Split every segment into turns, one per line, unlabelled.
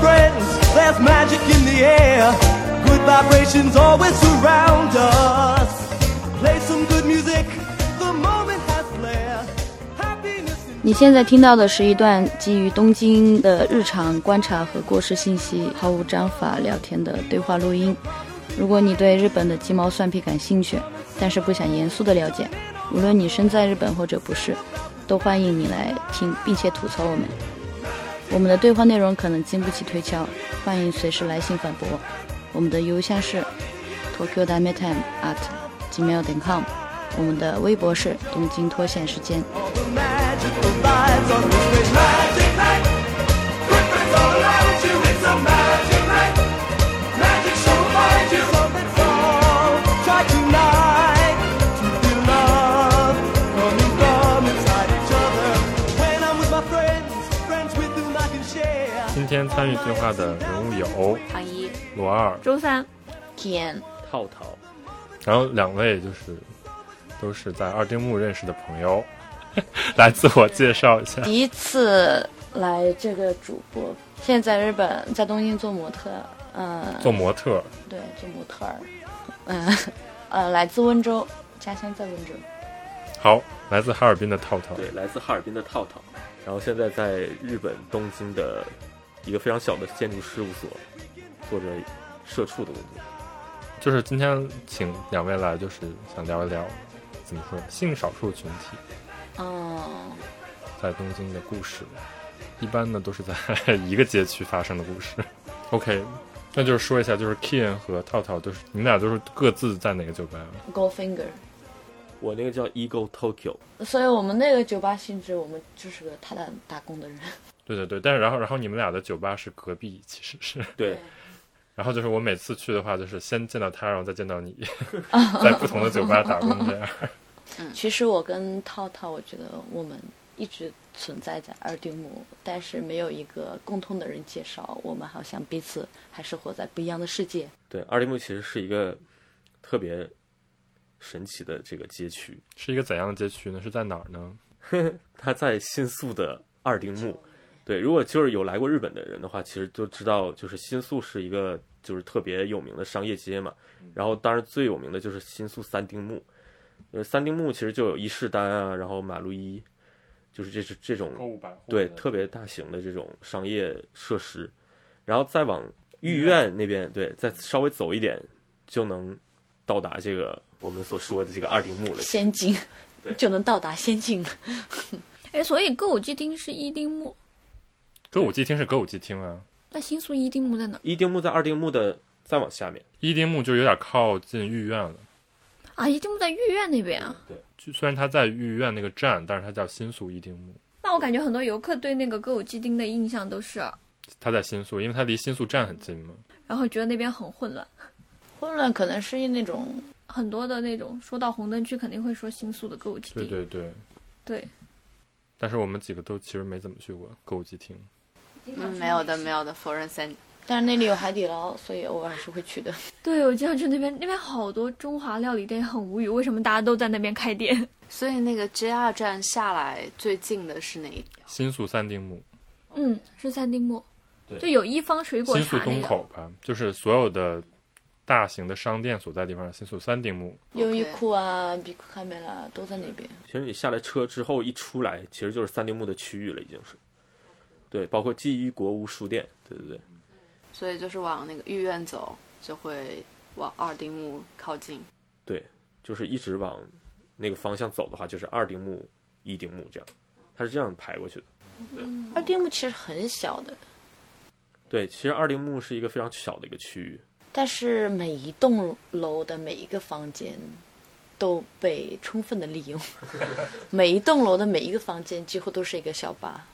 friends, there's magic in the air. Good vibrations always surround us. Play some good music, the moment has flair. Happiness in
你现在听到的是一段基于东京的日常观察和过时信息毫无章法聊天的对话录音。如果你对日本的鸡毛蒜皮感兴趣，但是不想严肃的了解，无论你身在日本或者不是，都欢迎你来听，并且吐槽我们。我们的对话内容可能经不起推敲，欢迎随时来信反驳。我们的邮箱是 tokyo dime time at gmail.com，我们的微博是东京脱线时间。
all the magic abides on this great magic night. Good friends all around you, it's a magic night. Magic shall find you. Something fall. Try tonight to feel love coming from inside each other. When I'm with my friends, friends with whom I can share.
今天参与对话的人物有
唐一、
罗二、
周三、
天，
套套，
然后两位就是都是在二丁目认识的朋友， 来自我介绍一下。
第一次来这个主播，现在在日本，在东京做模特，嗯、
做模特，
对，做模特儿，嗯、呃，来自温州，家乡在温州，
好，来自哈尔滨的套套，
对，来自哈尔滨的套套，然后现在在日本东京的一个非常小的建筑事务所做着社畜的工作。
就是今天请两位来，就是想聊一聊怎么说性少数群体
嗯，
在东京的故事，一般呢都是在 一个街区发生的故事。OK，那就是说一下，就是 Kian 和套套，就是你们俩都是各自在哪个酒吧？
，Go Finger。
我那个叫 Ego Tokyo，
所以我们那个酒吧性质，我们就是个踏踏打工的人。
对对对，但是然后然后你们俩的酒吧是隔壁，其实是。
对，
然后就是我每次去的话，就是先见到他，然后再见到你，在不同的酒吧打工这样。
其实我跟套套，我觉得我们一直存在在二丁目，但是没有一个共同的人介绍，我们好像彼此还是活在不一样的世界。
对，二丁目其实是一个特别神奇的这个街区，
是一个怎样的街区呢？是在哪儿呢？
它在新宿的二丁目。对，如果就是有来过日本的人的话，其实都知道，就是新宿是一个就是特别有名的商业街嘛。然后，当然最有名的就是新宿三丁目，呃，三丁目其实就有伊势丹啊，然后马路一，就是这是这种
购物百货
对，特别大型的这种商业设施，然后再往御苑那边，对，再稍微走一点就能到达这个我们所说的这个二丁目了。
仙境就能到达仙境。
哎，所以歌舞伎町是一丁目，
歌舞伎町是歌舞伎町啊，
那新宿一丁目在哪？
一丁目在二丁目的再往下面，
一丁目就有点靠近御苑了。
啊，一丁目在御苑那边啊。
就虽然它在御苑那个站，但是它叫新宿一丁目，
那我感觉很多游客对那个歌舞伎町的印象都是，
它在新宿，因为它离新宿站很近嘛。
然后觉得那边很混乱，
混乱可能是那种
很多的那种说到红灯区肯定会说新宿的歌舞伎
对
町。
对对，
对
但是我们几个都其实没怎么去过歌舞伎町。
嗯，没有的，没有的，佛人三
但是那里有海底捞，所以偶尔还是会去的。
对我经常去那边，那边好多中华料理店，很无语，为什么大家都在那边开店？
所以那个 JR 站下来最近的是哪一条？
新宿三丁目，
嗯，是三丁目，
对
就有一方水果
新
茶
宿
那
东
个
口吧，就是所有的大型的商店所在地方，新宿三丁目。
优衣库啊、比库卡梅拉都在那边。
其实你下了车之后一出来，其实就是三丁目的区域了，已经是。对，包括记忆国屋书店，对对对，
所以就是往那个御苑走，就会往二丁目靠近。
就是一直往那个方向走的话，就是二丁目、一丁目这样，它是这样排过去的。
二丁目其实很小的，
对，其实二丁目是一个非常小的一个区域，
但是每一栋楼的每一个房间都被充分的利 用，每一栋楼的每一个房间几乎都是一个小吧，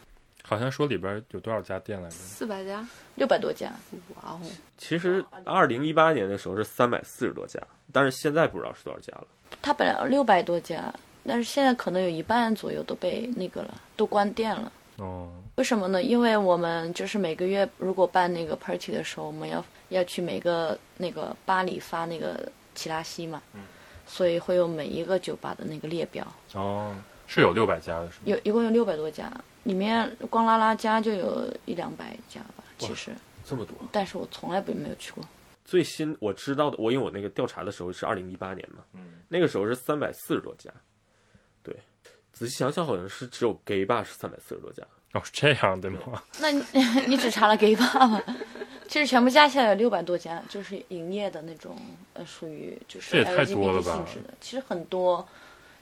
好像说里边有多少家店来着？
四百家，
六百多家。
哇哦！
其实二零一八年的时候是三百四十多家，但是现在不知道是多少家了。
它本来六百多家，但是现在可能有一半左右都被那个了，都关店了。
哦，
为什么呢？因为我们就是每个月如果办那个 party 的时候，我们要要去每个那个吧里发那个奇拉西嘛，
嗯
所以会有每一个酒吧的那个列表，
哦，是有六百家的，是吗？
有一共有六百多家，里面光拉拉家就有一两百家吧，其实，
这么多。啊
但是我从来不没有去过。
最新我知道的，我因为我那个调查的时候是二零一八年嘛，
嗯
那个时候是三百四十多家，对，仔细想想好像是只有 gay 吧是三百四十多家，
哦，是这样对吗？
那你 你只查了 gay bar 吗？ 其实全部加起来有六百多家，就是营业的那种，呃，属于
这
就是
也太多了
LGBT
吧
性质的。其实很多，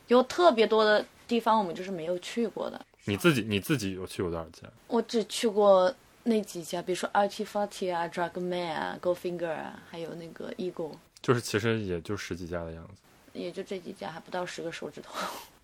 有特别多的地方我们就是没有去过的。
你自己你自己有去过多少家？
我只去过那几家，比如说 RT Forty 啊、Drugman 啊、Goldfinger 啊，还有那个 Eagle，
就是其实也就十几家的样子。
也就这几家，还不到十个手指头。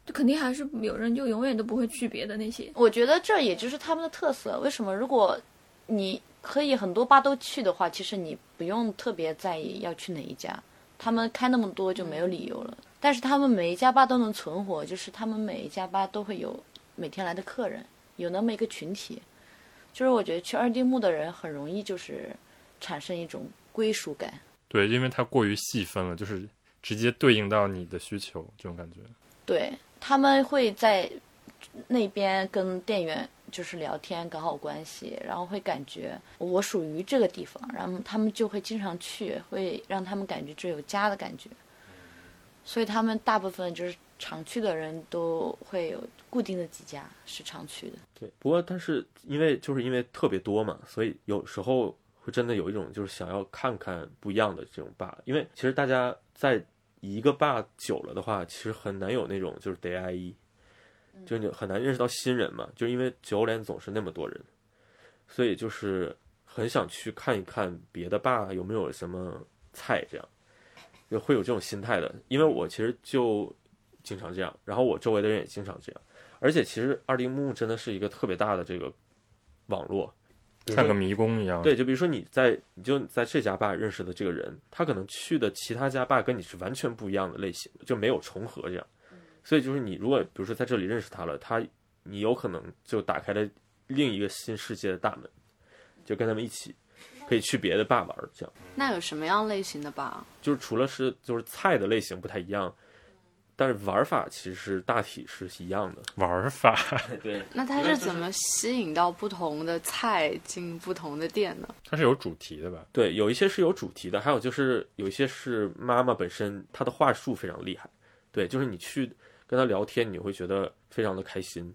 就肯定还是有人就永远都不会去别的那些。
我觉得这也就是他们的特色。为什么？如果你可以很多吧都去的话，其实你不用特别在意要去哪一家，他们开那么多就没有理由了。但是他们每一家吧都能存活，就是他们每一家吧都会有每天来的客人，有那么一个群体。就是我觉得去二丁目的人很容易就是产生一种归属感。
对，因为它过于细分了，就是直接对应到你的需求这种感觉。
对，他们会在那边跟店员就是聊天，搞好关系，然后会感觉我属于这个地方，然后他们就会经常去，会让他们感觉这有家的感觉。所以他们大部分就是常去的人都会有固定的几家是常去的。
对，不过但是因为就是因为特别多嘛，所以有时候会真的有一种就是想要看看不一样的这种坝，因为其实大家在一个坝久了的话，其实很难有那种就是 day I E，就是你很难认识到新人嘛，就是因为九连总是那么多人，所以就是很想去看一看别的坝有没有什么菜这样，就会有这种心态的，因为我其实就经常这样，然后我周围的人也经常这样。而且其实二丁目真的是一个特别大的这个网络，
像个迷宫一样。
对，就比如说你在你就在这家吧认识的这个人，他可能去的其他家吧跟你是完全不一样的类型，就没有重合这样。所以就是你如果比如说在这里认识他了，他你有可能就打开了另一个新世界的大门，就跟他们一起可以去别的吧玩儿这样。
那有什么样类型的吧？
就是除了是就是菜的类型不太一样，但是玩法其实大体是一样的。
玩法，
对，
那它是怎么吸引到不同的菜进不同的店呢？
它是有主题的吧？
对，有一些是有主题的，还有就是有一些是妈妈本身她的话术非常厉害。对，就是你去跟她聊天，你会觉得非常的开心。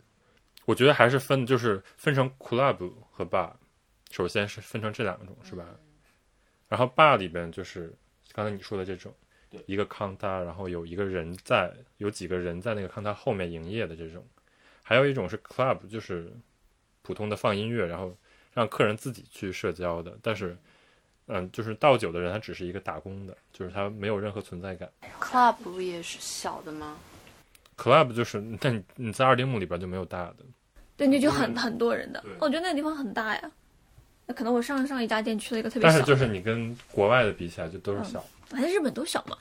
我觉得还是分，就是分成 club 和 bar，首先是分成这两种，是吧？然后 bar 里边就是刚才你说的这种，一个康他，然后有一个人在，有几个人在那个康他后面营业的这种，还有一种是 club，就是普通的放音乐，然后让客人自己去社交的，但是。嗯，就是倒酒的人，他只是一个打工的，就是他没有任何存在感。
club 不也是小的吗？
club 就是，但你你在二丁目里边就没有大的，
对，那就
嗯
很很多人的。哦我觉得那个地方很大呀。那可能我上上一家店去了一个特别
但
小
是
的，
就是你跟国外的比起来，就都是小的。
反正日本都小嘛。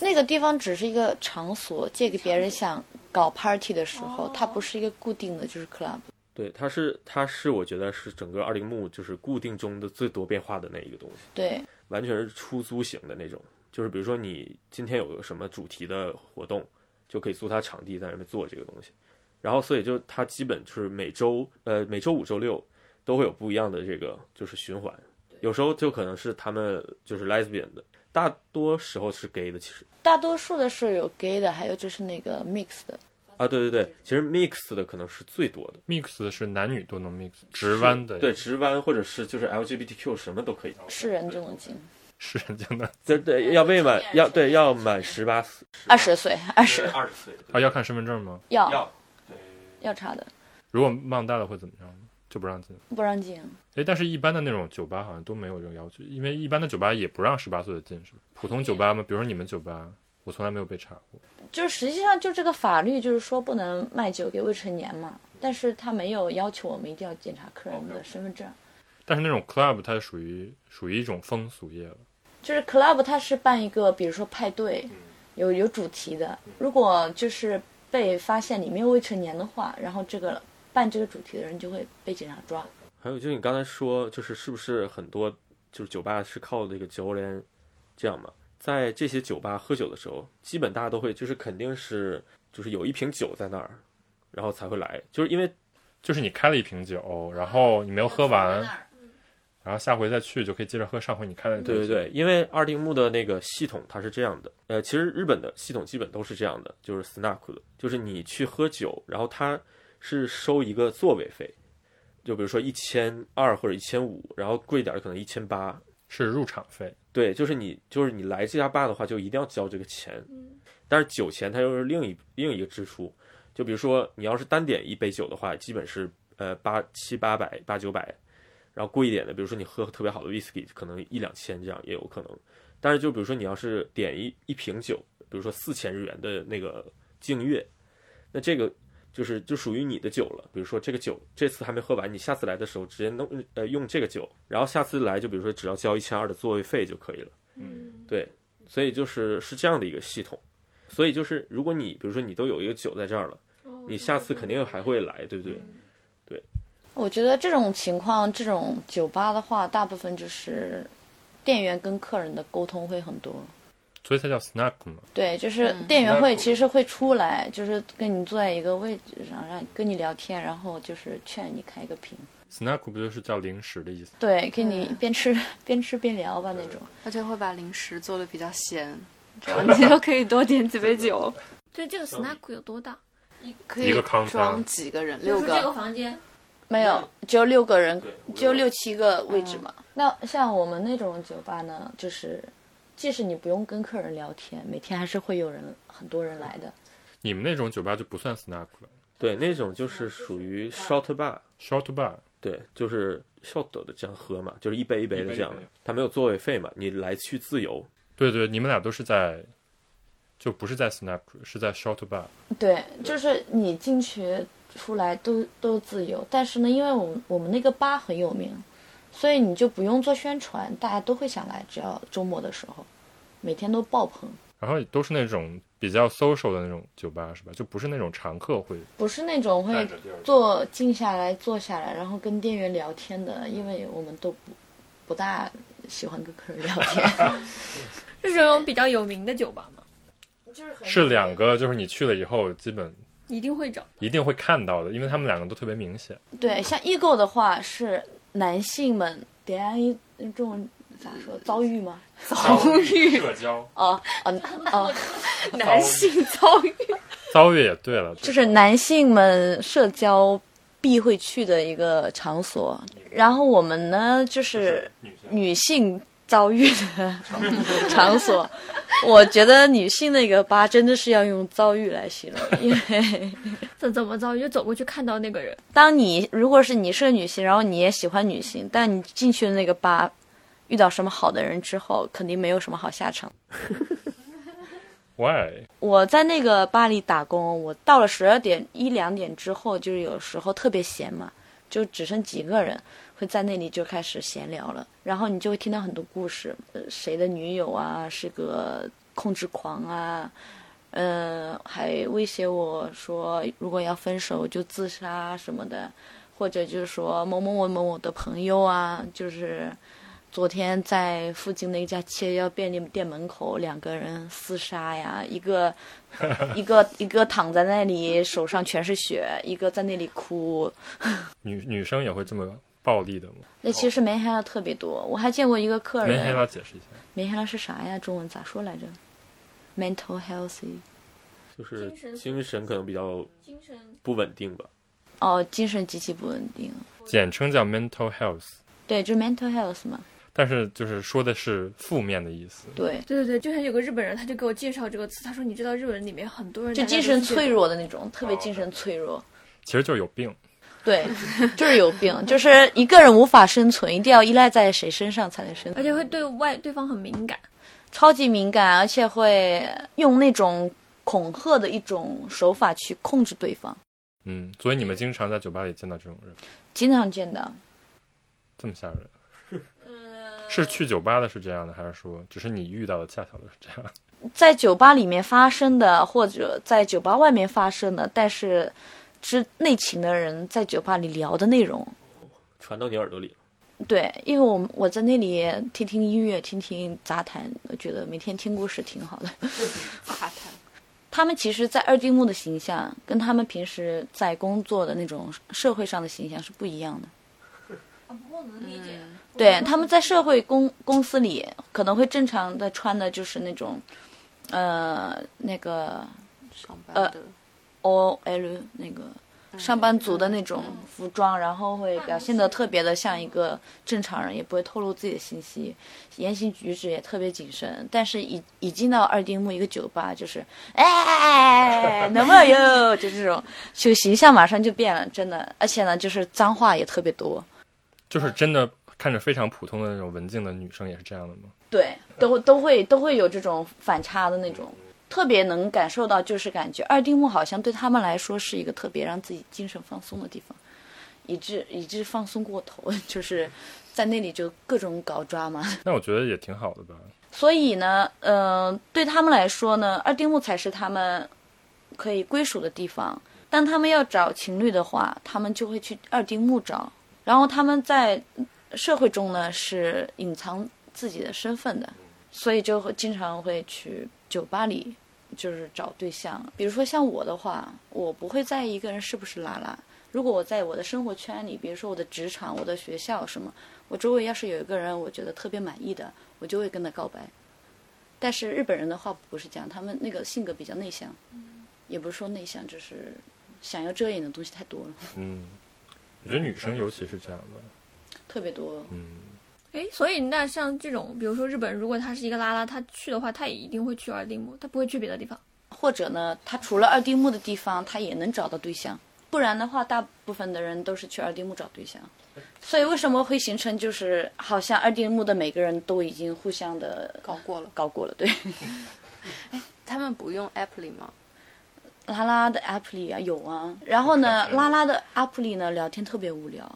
那个地方只是一个场所，借给别人想搞 party 的时候，它不是一个固定的，就是 club。
对，它是它是我觉得是整个二零木就是固定中的最多变化的那一个东西，
对，
完全是出租型的那种。就是比如说你今天有个什么主题的活动，就可以租他场地在那边做这个东西。然后所以就它基本就是每周呃每周五周六都会有不一样的这个就是循环，有时候就可能是他们就是 lesbian 的，大多时候是 gay 的其实
大多数的是有 gay 的，还有就是那个 mix 的。
啊对对对，其实 mix 的可能是最多的，
mix 是男女都能 mix，直弯的
对直弯或者是就是 LGBTQ 什么都可以，
是人就能进，
是人就能，
这对要未满要对要满十八岁，
二十岁，二十
二十岁
啊要看身份证吗？
啊
要要查的，
如果忘带了会怎么样呢？就不让进。
不让进。
哎，但是一般的那种酒吧好像都没有这种要求，因为一般的酒吧也不让十八岁的进，是吧？普通酒吧嘛，比如说你们酒吧，我从来没有被查过。
就是实际上就这个法律就是说不能卖酒给未成年嘛，但是他没有要求我们一定要检查客人的身份证。
但是那种 club 它属于属于一种风俗业了，
就是 club 它是办一个，比如说派对，有有主题的。如果就是被发现你没有未成年的话，然后这个办这个主题的人就会被警察抓。
还有就是你刚才说，就是是不是很多就是酒吧是靠这个酒联这样嘛？在这些酒吧喝酒的时候，基本大家都会就是肯定是就是有一瓶酒在那儿，然后才会来，就是因为
就是你开了一瓶酒，然后你没有喝完，然后下回再去就可以接着喝上回你开的。
对对对，，因为二丁目的那个系统它是这样的，呃，其实日本的系统基本都是这样的，就是 snack 的，就是你去喝酒，然后它是收一个座位费，就比如说一千二或者一千五，然后贵点儿可能一千八。
是入场费。
对，就是你就是你来这家吧的话，就一定要交这个钱，但是酒钱它又是另一另一个支出，就比如说你要是单点一杯酒的话，基本是呃八七八百八九百，然后贵一点的，比如说你喝特别好的 whisky，可能一两千这样也有可能。但是就比如说你要是点一一瓶酒，比如说四千日元的那个净月，那这个就是就属于你的酒了。比如说这个酒这次还没喝完，你下次来的时候直接弄呃用这个酒，然后下次来就比如说只要交一千二的座位费就可以了。
嗯，
对，所以就是是这样的一个系统。所以就是如果你比如说你都有一个酒在这儿了，
哦嗯
你下次肯定还会来，对不对？
我觉得这种情况，这种酒吧的话，大部分就是店员跟客人的沟通会很多。
所以才叫 snack 嘛，
对，就是店员会
那
其实会出来，就是跟你坐在一个位置上，让跟你聊天，然后就是劝你开个瓶，
snack 不就是叫零食的意思？
对，跟你边吃边吃边聊吧那种。
而且会把零食做的比较咸，这样你就可以多点几杯酒，
对这个 snack 有多大？
可
一
以
个康餐
装几个人，
比如
六
说这个
个。
房间，
没有，只有六个人，只有
我
六七个位置嘛。嗯那像我们那种酒吧呢，就是即使你不用跟客人聊天，每天还是会有人很多人来的。
你们那种酒吧就不算 snack 了
对，那种就是属于 shot bar，
，short bar。
对，就是 shot 的这样喝嘛，就是一杯一杯的这样
一杯一杯的，
它没有座位费嘛，你来去自由。
对对，你们俩都是在，就不是在 snack，是在 short bar。
对，就是你进去出来都都自由，但是呢，因为我们我们那个吧很有名，所以你就不用做宣传，大家都会想来，只要周末的时候，每天都爆棚。
然后都是那种比较 social 的那种酒吧，是吧？就不是那种常客会。
不是那种会
站着地儿
坐静下来坐下来，然后跟店员聊天的，因为我们都不不大喜欢跟客人聊天。
是这种比较有名的酒吧吗？
是两个，就是你去了以后，基本
一定会找。
一定会看到的，因为他们两个都特别明显。
对，像易购的话是男性们，点安一中文咋说？遭遇吗？
遭遇社交
哦哦哦，
男性
遭遇
遭遇也对了，
就是男性们社交必会去的一个场所。然后我们呢，就是
女生
女性遭遇的场所。我觉得女性那个吧，真的是要用遭遇来形容，因为
这怎么着？就走过去看到那个人，
当你如果是你是个女性，然后你也喜欢女性，但你进去的那个吧，遇到什么好的人之后，肯定没有什么好下场。
why
我在那个巴黎打工，我到了十二点一两点之后，就是有时候特别闲嘛，就只剩几个人会在那里就开始闲聊了，然后你就会听到很多故事，呃谁的女友啊是个控制狂啊，嗯，还威胁我说如果要分手就自杀什么的，或者就是说某某某某某的朋友啊，就是。昨天在附近的一家七幺幺便利店门口，两个人厮杀呀，一 个一个一个躺在那里，手上全是血，一个在那里哭。
女女生也会这么暴力的吗？
那其实梅黑拉特别多，我还见过一个客
梅黑
人，
拉解释一下，
梅黑拉是啥呀？中文咋说来着？mental healthy，
就是
精神
精神可能比较
精神
不稳定吧，
哦，精神极其不稳定。
简称叫 mental health，
对，就 mental health 嘛。
但是就是说的是负面的意思。
对，
对对对，之前有个日本人，他就给我介绍这个词，他说你知道日本里面很多人
就
大家
精
都
神
是这
脆
种，
弱的那种，特别精神脆
哦
弱。
其实就是有病。
对， 就是有病，就是一个人无法生存，一定要依赖在谁身上才能生存。
而且会对外对方很敏感。
超级敏感，而且会用那种恐吓的一种手法去控制对方，
嗯，所以你们经常在酒吧里见到这种人，
经常见到。
这么吓人。
呃
是去酒吧的是这样的，还是说只是你遇到的恰巧的是这样？
在酒吧里面发生的，或者在酒吧外面发生的，但是知内情的人在酒吧里聊的内容，
传到你耳朵里。
对，因为我我在那里听听音乐，听听杂谈，我觉得每天听故事挺好的。
杂谈。
他们其实，在二丁目的形象跟他们平时在工作的那种社会上的形象是不一样的。
不过我能理解。
对，他们在社会公公司里可能会正常的穿的就是那种，呃，那个
上班的
O L 那个上班族的那种服装，然后会表现的特别的像一个正常人，也不会透露自己的信息，言行举止也特别谨慎。但是一，一进到二丁目一个酒吧，就是哎，能不能有？就这种，就形象马上就变了，真的。而且呢，就是脏话也特别多。
就是真的看着非常普通的那种文静的女生也是这样的吗？
对，都都会都会有这种反差的那种，特别能感受到，就是感觉二丁目好像对他们来说是一个特别让自己精神放松的地方，以致以致放松过头， 就是在那里就各种搞抓嘛。
那我觉得也挺好的吧。
所以呢，嗯、对他们来说呢，二丁目才是他们可以归属的地方。当他们要找情侣的话，他们就会去二丁目找。然后他们在社会中呢是隐藏自己的身份的，所以就会经常会去酒吧里就是找对象。比如说像我的话，我不会在意一个人是不是拉拉。如果我在我的生活圈里，比如说我的职场、我的学校什么，我周围要是有一个人我觉得特别满意的，我就会跟他告白。但是日本人的话不是这样，他们那个性格比较内向，也不是说内向，就是想要遮掩的东西太多了，
嗯，我觉得女生尤其是这样的。嗯
特别多。
哎，所以那像这种，比如说日本，如果他是一个拉拉，他去的话，他也一定会去二丁目，他不会去别的地方。
或者呢，他除了二丁目的地方，他也能找到对象。不然的话，大部分的人都是去二丁目找对象。所以为什么会形成就是好像二丁目的每个人都已经互相的
搞过了，
搞过了，对。
他们不用 app 里吗？
拉拉的 app 里啊有啊，然后呢，拉拉的 app 里呢聊天特别无聊。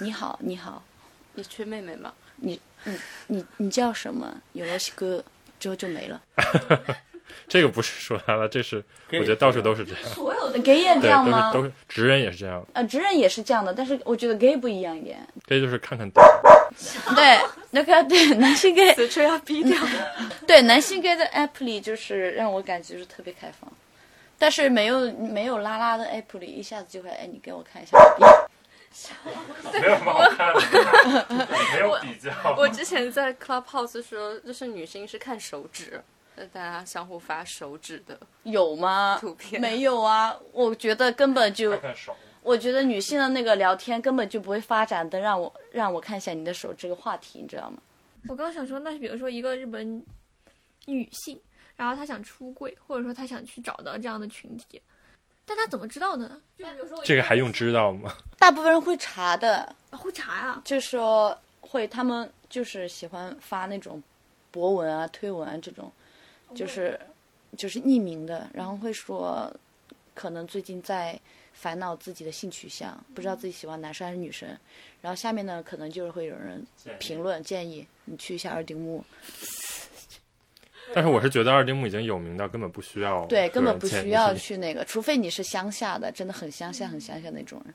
你好，你好，
你缺妹妹吗？
你你叫什么？有了西哥之后就没了。
这个不是说她了，这是
给
我觉得到处都是这样，
所有的
给也这
对，
样
都
吗
是？都是直人也是这样，
呃，直人也是这样的，但是我觉得 gay 不一样一点。
这就是看 看。
对，那个对男性 gay，
此处要逼掉。
对男性 gay 的 app 里就是让我感觉就是特别开放，但是没有没有拉拉的 app 里一下子就会哎你给我看一下，
没有什么好看的，没有比较。
我之前在 Clubhouse 说，就是女性是看手指，呃大家相互发手指的
有吗？
图片
没有啊，我觉得根本就
看手，
我觉得女性的那个聊天根本就不会发展的，让我让我看一下你的手这个话题，你知道吗？
我刚想说，那比如说一个日本女性，然后她想出柜，或者说她想去找到这样的群体，但她怎么知道的呢？就比如说
这个还用知道吗？
大部分人会查的，
啊会查呀、
就说会他们就是喜欢发那种博文啊、推文啊这种，就是就是匿名的，然后会说可能最近在烦恼自己的性取向，不知道自己喜欢男生还是女生，然后下面呢可能就是会有人评论建议嗯你去一下二丁目，
但是我是觉得二丁目已经有名到根本不需要，
对，根本不需要。去那个，除非你是乡下的，真的很乡下、很乡下那种人。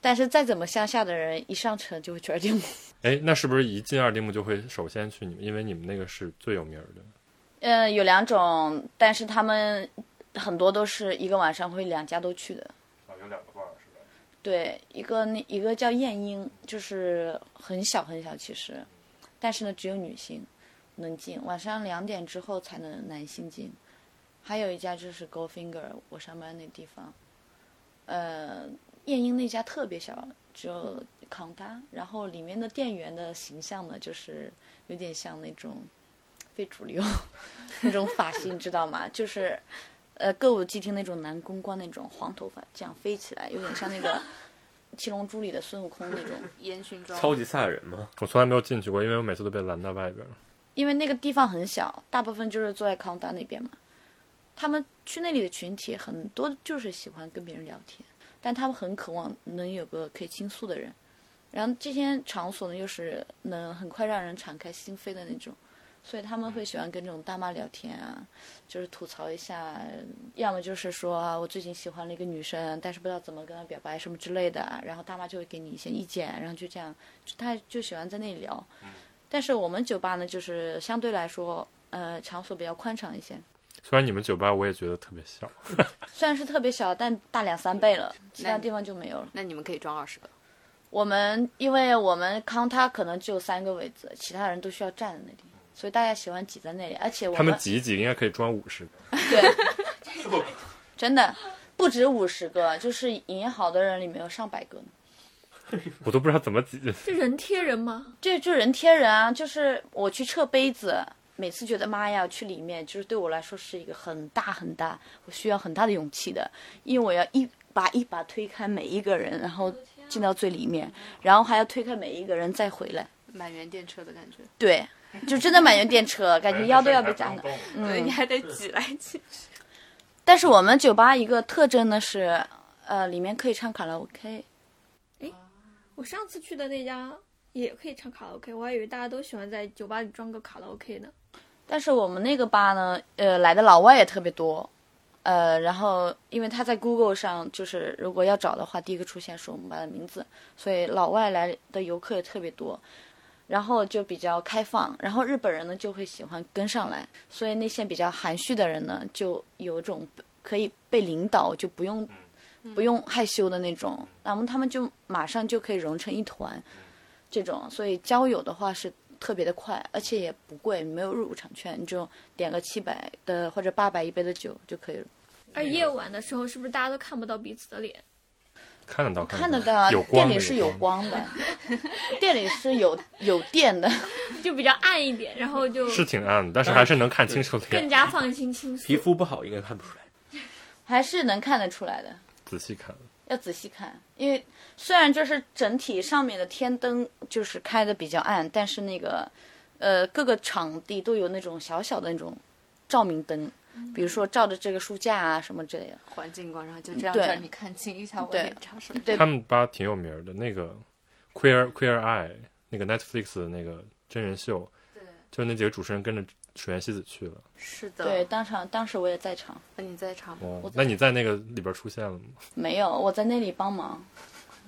但是再怎么乡下的人，一上车就会去二丁目。
哎，那是不是一进二丁目就会首先去你们？因为你们那个是最有名儿的。
嗯，有两种，但是他们很多都是一个晚上会两家都去的。
啊，有两个 bar 是吧？
对，一个那一个叫燕鹰，就是很小很小，其实，但是呢，只有女性能进，晚上两点之后才能男性进。还有一家就是 Goldfinger，我上班那地方，呃，燕鹰那家特别小，只有康达，然后里面的店员的形象呢，就是有点像那种非主流那种发型，你知道吗？就是呃歌舞伎町那种男公关那种黄头发这样飞起来，有点像那个《七龙珠》里的孙悟空那种。
烟熏妆，
超级吓人嘛。
我从来没有进去过，因为我每次都被拦到外边儿。
因为那个地方很小，大部分就是坐在康达那边嘛。他们去那里的群体很多就是喜欢跟别人聊天，但他们很渴望能有个可以倾诉的人。然后这些场所呢，又是能很快让人敞开心扉的那种，所以他们会喜欢跟这种大妈聊天啊，就是吐槽一下，要么就是说啊我最近喜欢了一个女生，但是不知道怎么跟她表白什么之类的，啊然后大妈就会给你一些意见，然后就这样，就她就喜欢在那里聊。但是我们酒吧呢，就是相对来说，呃，场所比较宽敞一些，
虽然你们酒吧我也觉得特别小，
虽然是特别小，但大两三倍了，其他
那
地方就没有了。
那你们可以装二十个。
我们因为我们康他可能只有三个位子，其他人都需要站在那里，所以大家喜欢挤在那里，而且我
他们挤一挤应该可以装五十个。
对，真的不止五十个，就是演好的人里面有上百个呢。
我都不知道怎么挤进去。
是人贴人吗？
这就人贴人啊，就是我去撤杯子，每次觉得妈呀，去里面就是对我来说是一个很大很大，我需要很大的勇气的，因为我要一把一把推开每一个人，然后进到最里面，然后还要推开每一个人再回来。
满员电车的感觉，
对，就真的满员电车，感觉腰都要被夹了。嗯
对，你还得挤来挤去。
但是我们酒吧一个特征呢是，呃，里面可以唱卡拉 OK，
我上次去的那家也可以唱卡拉 OK，我还以为大家都喜欢在酒吧里装个卡拉 OK 呢。
但是我们那个吧呢，呃，来的老外也特别多，呃，然后因为他在 Google 上就是如果要找的话，第一个出现是我们吧的名字，所以老外来的游客也特别多，然后就比较开放，然后日本人呢就会喜欢跟上来，所以那些比较含蓄的人呢，就有一种可以被领导，就不用不用害羞的那种，那么他们就马上就可以融成一团，这种，所以交友的话是特别的快，而且也不贵，没有入场券，你就点个七百的或者八百一杯的酒就可以了。
而夜晚的时候，是不是大家都看不到彼此的脸？
看得到，
看得
得
到啊，
嗯有
店
光的
里是有
光
光的，店里是有有电的，
就比较暗一点，然后就
的，是挺暗的，但是还是能看清楚
更
脸，
加放心倾诉。
皮肤不好应该看不出来。
还是能看得出来的。
仔细看。
要仔细看，因为虽然就是整体上面的天灯就是开的比较暗，但是那个呃各个场地都有那种小小的那种照明灯，比如说照着这个书架啊什么之类的。
环境光，然后就这样
对
让你看清一下我
对
脸长什么样。
对
他们吧挺有名儿的，那个 Queer Queer Eye 那个 Netflix 的那个真人秀，
对，
就那几个主持人跟着水原希子去了。
是的。
对，，当场当时我也在场，
你在场吗？
哦
我，
那你在那个里边出现了吗？
没有我在那里帮忙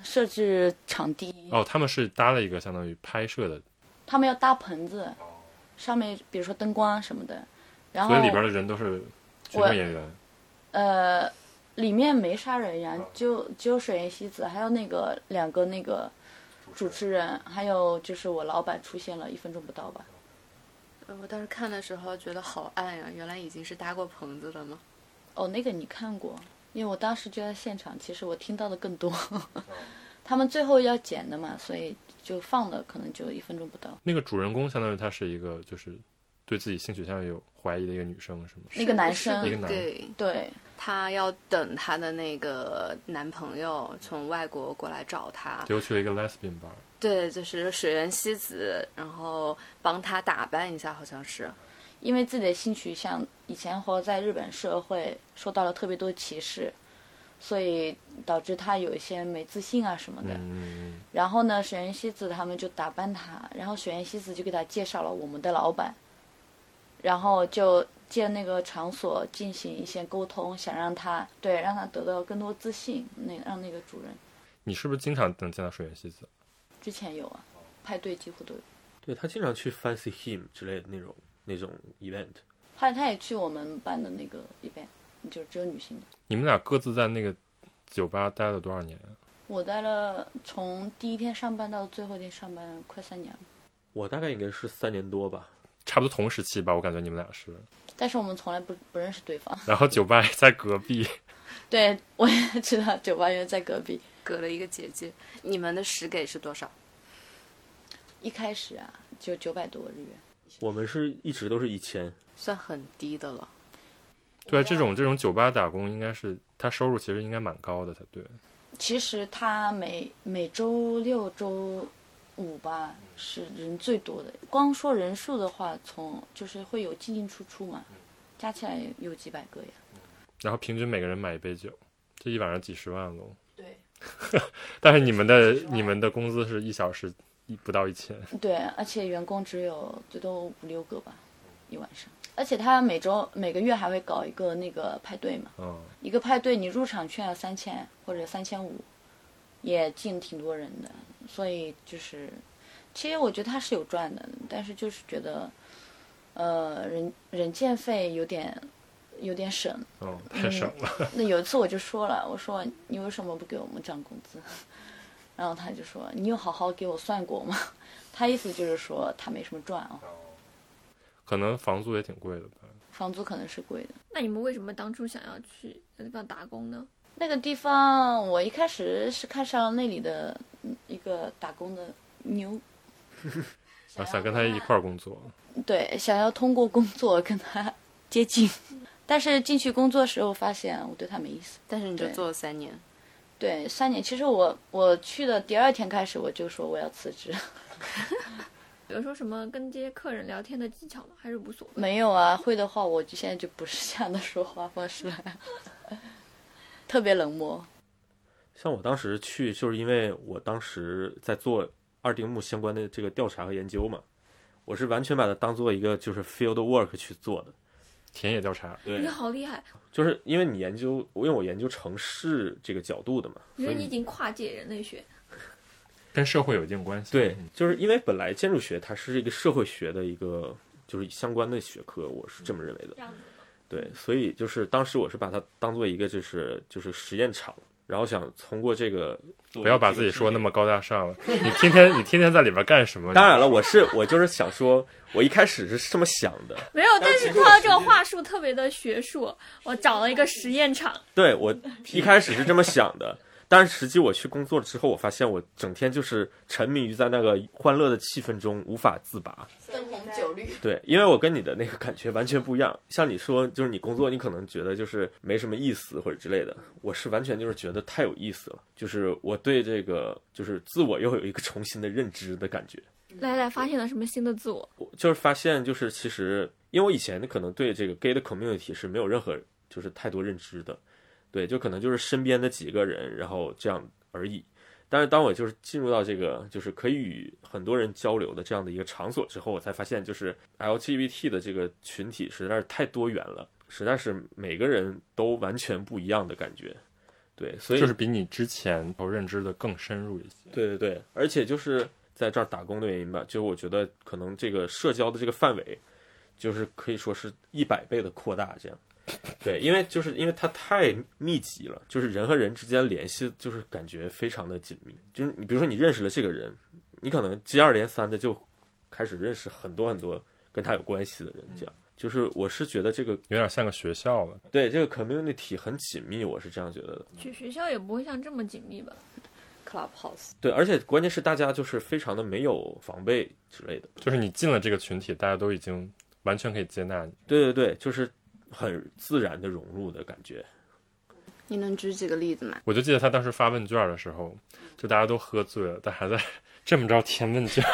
设置场地，
哦，他们是搭了一个相当于拍摄的，
他们要搭棚子，上面比如说灯光什么的，然后
所以里边的人都是群众演员。
呃，里面没啥人呀，就只有水原希子，还有那个两个那个主持人，还有就是我老板出现了一分钟不到吧。
呃我当时看的时候觉得好暗呀、原来已经是搭过棚子的吗？
哦，那个你看过，因为我当时就在现场，其实我听到的更多。
哦
他们最后要剪的嘛，所以就放的可能就一分钟不到。
那个主人公相当于她是一个就是对自己性取向有怀疑的一个女生，是吗？
那个男生
一个男
对，
对，
她要等她的那个男朋友从外国过来找她，
结果去了一个 lesbian bar，
对，就是水原希子，然后帮她打扮一下，好像是，
因为自己的性取向，以前活在日本社会，受到了特别多歧视，所以导致他有一些没自信啊什么的。
嗯，
然后呢，水原希子他们就打扮他，然后水原希子就给他介绍了我们的老板，然后就借那个场所进行一些沟通，想让他对让他得到更多自信，那让那个主人
你是不是经常能见到水原希子？
之前有啊，派对几乎都有，
对他经常去 Fancy Him 之类的那种那种 event，
后来他也去我们办的那个 event，就是只有女性的。
你们俩各自在那个酒吧待了多少年啊？
我待了从第一天上班到最后一天上班快三年了，
我大概应该是三年多吧。
差不多同时期吧，我感觉你们俩是。
但是我们从来不不认识对方。
然后酒吧也在隔壁，
对，我也知道酒吧原在隔壁。
隔了一个姐姐。你们的时给是多少？
一开始啊，就九百多日元。
我们是一直都是一千，
算很低的了。
对，啊这种这种酒吧打工应该是他收入其实应该蛮高的才对。
其实他每每周六周五吧是人最多的。光说人数的话，从就是会有进进出出嘛，加起来有几百个呀。
然后平均每个人买一杯酒，这一晚上几十万喽。
对。
但是你们的你们的工资是一小时一不到一千，
对，而且员工只有最多五六个吧，一晚上。而且他每周每个月还会搞一个那个派对嘛，
嗯，
一个派对你入场券要三千或者三千五，也进挺多人的，所以就是，其实我觉得他是有赚的，但是就是觉得，呃，人人件费有点有点省。
哦，太省了。
那有一次我就说了，我说你为什么不给我们涨工资？ 然后他就说：“你有好好给我算过吗？” 他意思就是说他没什么赚啊，
可能房租也挺贵的吧。
房租可能是贵的。
那你们为什么当初想要去那地方打工呢？
那个地方我一开始是看上了那里的嗯一个打工的牛，
啊，想跟他一块儿工作，
对，想要通过工作跟他 接近，但是进去工作时候发现我对他没意思。
但是你就
对
做了三年，
对，三年，其实我我去的第二天开始我就说我要辞职。
比如说什么跟这些客人聊天的技巧吗？还是无所谓？
没有啊，会的话我就现在就不是这样的说话方式了， 特别冷漠。
像我当时去，就是因为我当时在做二丁目相关的这个调查和研究嘛，我是完全把它当做一个就是 field work 去做的。
田野调查，
对
你好厉害！
就是因为你研究，因为我研究城市这个角度的嘛，
我觉
所
得
以
你已经跨界人类学，
跟社会有一定关系。
对
嗯，
就是因为本来建筑学它是一个社会学的一个就是相关的学科，我是这么认为的。
这样子。
对，所以就是当时我是把它当做一个就是就是实验场，然后想通过这个
不要把自己说那么高大上了。你天天你天天在里边干什么？
当然了，我是我就是想说，我一开始是这么想的，
没有，但是他这个话术特别的学术。我找了一个实验场，
对 我一开始是这么想的，但是实际我去工作了之后，我发现我整天就是沉迷于在那个欢乐的气氛中无法自拔。
灯红酒绿，
对，因为我跟你的那个感觉完全不一样。像你说，就是你工作，你可能觉得就是没什么意思或者之类的，我是完全就是觉得太有意思了，就是我对这个就是自我又有一个重新的认知的感觉。
来来，发现了什么新的自我？
我就是发现，就是其实因为我以前可能对这个 gay 的 community 是没有任何就是太多认知的，对，就可能就是身边的几个人，然后这样而已。但是当我就是进入到这个就是可以与很多人交流的这样的一个场所之后，我才发现就是 LGBT 的这个群体实在是太多元了，实在是每个人都完全不一样的感觉。对，所以
就是比你之前头认知的更深入一些。
对对对，而且就是在这儿打工的原因吧，就是我觉得可能这个社交的这个范围，就是可以说是一百倍的扩大这样。对，因为就是因为它太密集了，就是人和人之间联系就是感觉非常的紧密。就是你比如说你认识了这个人，你可能接二连三的就开始认识很多很多跟他有关系的人，这样。就是我是觉得这个
有点像个学校了，
对这个 community 很紧密，我是这样觉得的。
去学校也不会像这么紧密吧？
Clubhouse，
对，而且关键是大家就是非常的没有防备之类的。
就是你进了这个群体，大家都已经完全可以接纳你。
对对对，就是很自然的融入的感觉。
你能举几个例子吗？
我就记得他当时发问卷的时候，就大家都喝醉了，但还在 这么着填问卷。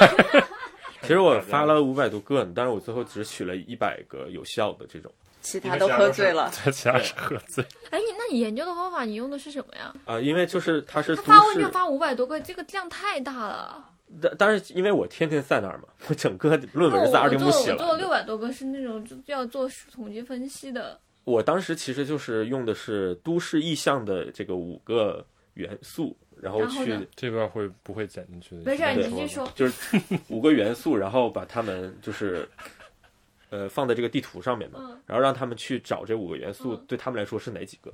其实我发了五百多个，但是我最后只取了一百个有效的这种。
其他都喝醉了，
在其他是喝醉，
哎，你那你研究的方法，你用的是什么呀？
啊、因为就是它是
他
都
发问卷
市，
发五百多个，这个量太大了。
但但是因为我天天在那儿嘛， 我整个论文是在
那我
二
哦我
丁
做
目写
我做六
了。
百多个是那种就要做统计分析的，
我当时其实就是用的是都市意象的这个五个元素，然后
然后
去
呢
这段会不会剪进去的？
没事儿，你
对
继续说。
就是五个元素，然后把它们就是呃放在这个地图上面嘛，
嗯
然后让他们去找这五个元素
嗯
对他们来说是哪几个，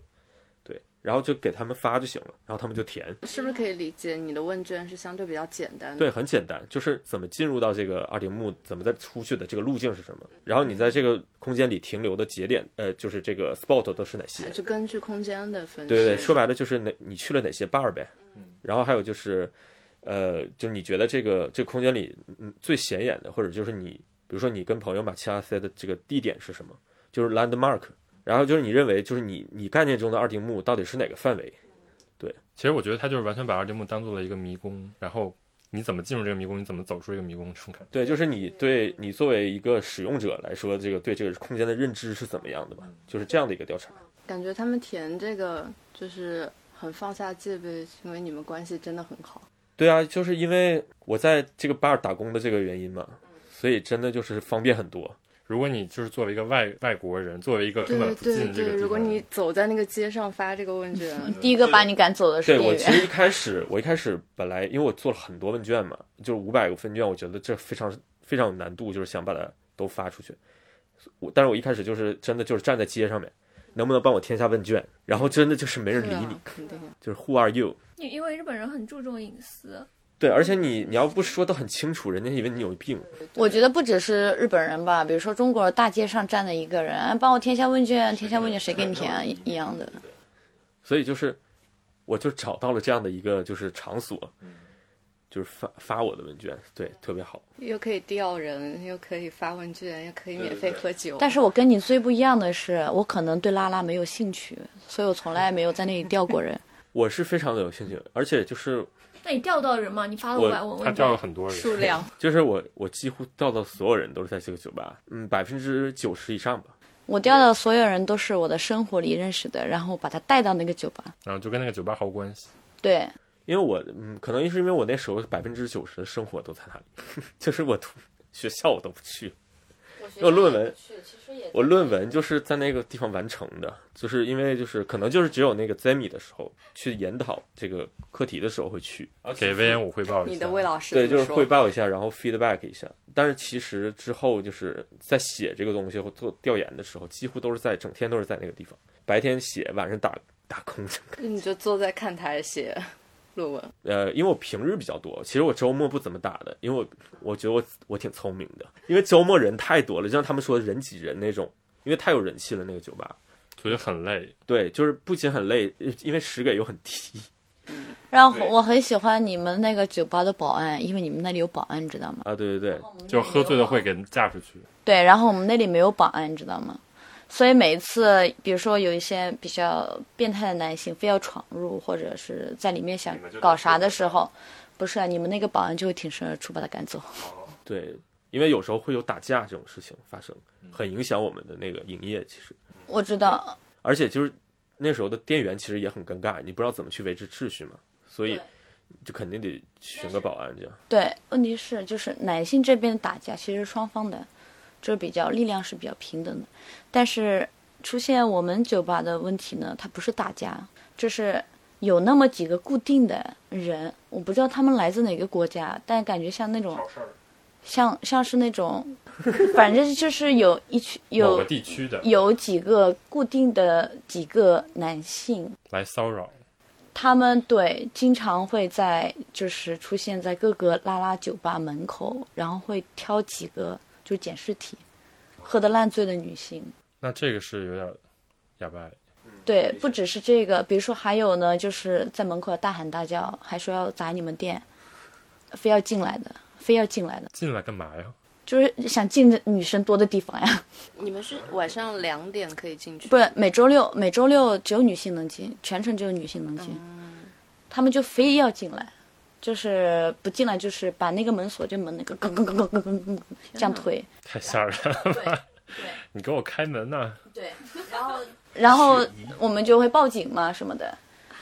对，然后就给他们发就行了，然后他们就填，
是不是可以理解你的问卷是相对比较简单
嗯
的？
对，很简单，就是怎么进入到这个二丁目，怎么再出去的这个路径是什么，然后你在这个空间里停留的节点，呃，就是这个 spot 都是哪些，
就根据空间的分析。
对对，说白了就是哪你去了哪些 bar 呗，然后还有就是，呃，就是你觉得这个这个空间里嗯最显眼的，或者就是你，比如说你跟朋友马七拉塞的这个地点是什么，就是 landmark，然后就是你认为就是你你概念中的二丁目到底是哪个范围？
其实我觉得他就是完全把二丁目当做了一个迷宫，然后你怎么进入这个迷宫，你怎么走出这个迷宫，这种感觉。
对，就是你对你作为一个使用者来说，这个对这个空间的认知是怎么样的吧？就是这样的一个调查。
感觉他们填这个就是很放下戒备，因为你们关系真的很好。
对啊，就是因为我在这个 bar 打工的这个原因嘛，所以真的就是方便很多。
如果你就是作为一个外外国人，作为一个根
对
本不
对
进这个地
对，
方，
如果你走在那个街上发这个问卷，
第一个把你赶走的是
对我
店
其实
员。
一开始，我一开始本来因为我做了很多问卷嘛，就是五百个问卷，我觉得这非常非常有难度，就是想把它都发出去。我但是我一开始就是真的就是站在街上面，能不能帮我填下问卷？然后真的就是没人理
是
你
啊，肯定
就是 Who are you？
因因为日本人很注重隐私，
对，而且你你要不说的很清楚，人家以为你有病。
我觉得不只是日本人吧，比如说中国大街上站的一个人，哎帮我填一下问卷，填一下问卷谁给你填啊一一样的。
所以就是，我就找到了这样的一个就是场所，
嗯
就是发发我的问卷，对，特别好。
又可以钓人，又可以发问卷，又可以免费喝酒。
但是我跟你最不一样的是，我可能对拉拉没有兴趣，所以我从来没有在那里钓过 人。
我是非常的有兴趣，而且就是
那你钓到人吗？你发了
我
五百文
他
问
钓了
卷，
很多人，
数量
就是我我几乎钓到所有人都是在这个酒吧，嗯，百分之九十以上吧。
我钓到的所有人都是我的生活里认识的，然后把他带到那个酒吧。
然后就跟那个酒吧毫无关系。
对，
因为我嗯，可能是因为我那时候百分之九十的生活都在那里， 就是我读学校我都不去，我论文，我论文就是在那个地方完成的，就是因为就是可能就是只有那个 Zemi 的时候去研讨这个课题的时候会去，
给威严武汇报一下，
你的魏老师
对，
怎
就
么
是汇
说？
报一下，然后 feedback 一下。但是其实之后就是在写这个东西或做调研的时候，几乎都是在整天都是在那个地方，白天写，晚上打打工。
你就坐在看台写论文，
呃，因为我平日比较多，其实我周末不怎么打的，因为我我觉得我我挺聪明的，因为周末人太多了，就像他们说的人挤人那种，因为太有人气了那个酒吧。
所以就很累。
对，就是不仅很累，呃因为时给又很低。
然后
对
我很喜欢你们那个酒吧的保安，因为你们那里有保安，你知道吗？
啊，对对对，
哦
就是喝醉了会给架出去，
对，然后我们那里没有保安，你知道吗？所以每一次，比如说有一些比较变态的男性非要闯入，或者是在里面想
你们就
搞
得
啥
说
的时候，不是啊、你们那个保安就会挺身而出把他赶走。
对，因为有时候会有打架这种事情发生，很影响我们的那个营业。其实，
我知道，
而且就是那时候的店员其实也很尴尬，你不知道怎么去维持秩序嘛，所以
对
就肯定得选个保安这样。
对，问题是就是男性这边打架其实是双方的，就是比较力量是比较平等的，但是出现我们酒吧的问题呢，它不是打架，就是有那么几个固定的人，我不知道他们来自哪个国家，但感觉像那种
事儿。
像像是那种，反正就是有一群
某
有
个地区的
有几个固定的几个男性，
来骚扰，
他们对经常会在就是出现在各个拉拉酒吧门口，然后会挑几个就捡尸体，喝得烂醉的女性。
那这个是有点哑巴。
对，不只是这个，比如说还有呢，就是在门口大喊大叫，还说要砸你们店，非要进来的，非要进来的，
进来干嘛呀？
就是想进女生多的地方呀。
你们是晚上两点可以进去？
不是每周六，每周六只有女性能进，全程只有女性能进，他们就非要进来，就是不进来就是把那个门锁，就门那个咯咯咯咯咯咯咯咯这样推，
太吓人了吧！ 你给我开门呐、
对，然后然后我们就会报警嘛什么的，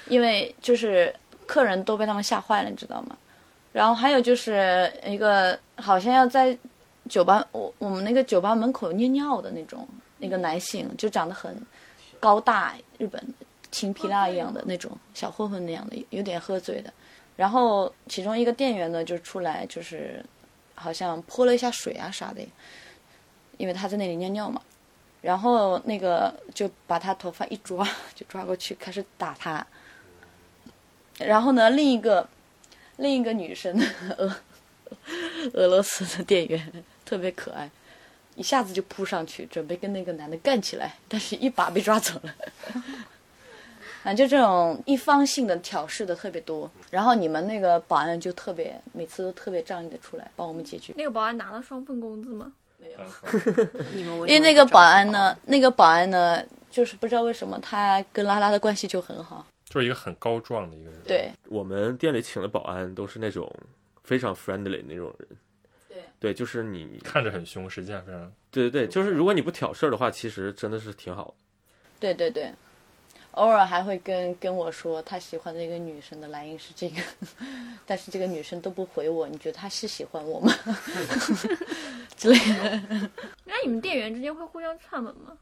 因为就是客人都被他们吓坏了，你知道吗？然后还有就是一个好像要在酒吧，我我们那个酒吧门口尿尿的那种，那个男性就长得很高大，日本青皮辣一样的那种小混混那样的，有点喝醉的。然后其中一个店员呢就出来，就是好像泼了一下水啊啥的，因为他在那里尿尿嘛。然后那个就把他头发一抓，就抓过去开始打他。然后呢，另一个另一个女生， 俄俄罗斯的店员特别可爱，一下子就扑上去，准备跟那个男的干起来，但是一把被抓走了。啊，就这种一方性的挑事的特别多，然后你们那个保安就特别，每次都特别仗义的出来帮我们解决。
那个保安拿了双份工资吗？
你们
因为那个保安呢，那个保安呢，就是不知道为什么他跟拉拉的关系就很好。
就是一个很高壮的一个人。，
对，
我们店里请的保安都是那种非常 friendly 那种人。
对
对，就是你，
看着很凶，实际上非常
对对对，就是如果你不挑事儿的话，其实真的是挺好的。
对对对，偶尔还会跟跟我说他喜欢的一个女生的来因是这个， 但是这个女生都不回我，你觉得他是喜欢我吗？ 之类的。
那你们店员之间会互相串门吗？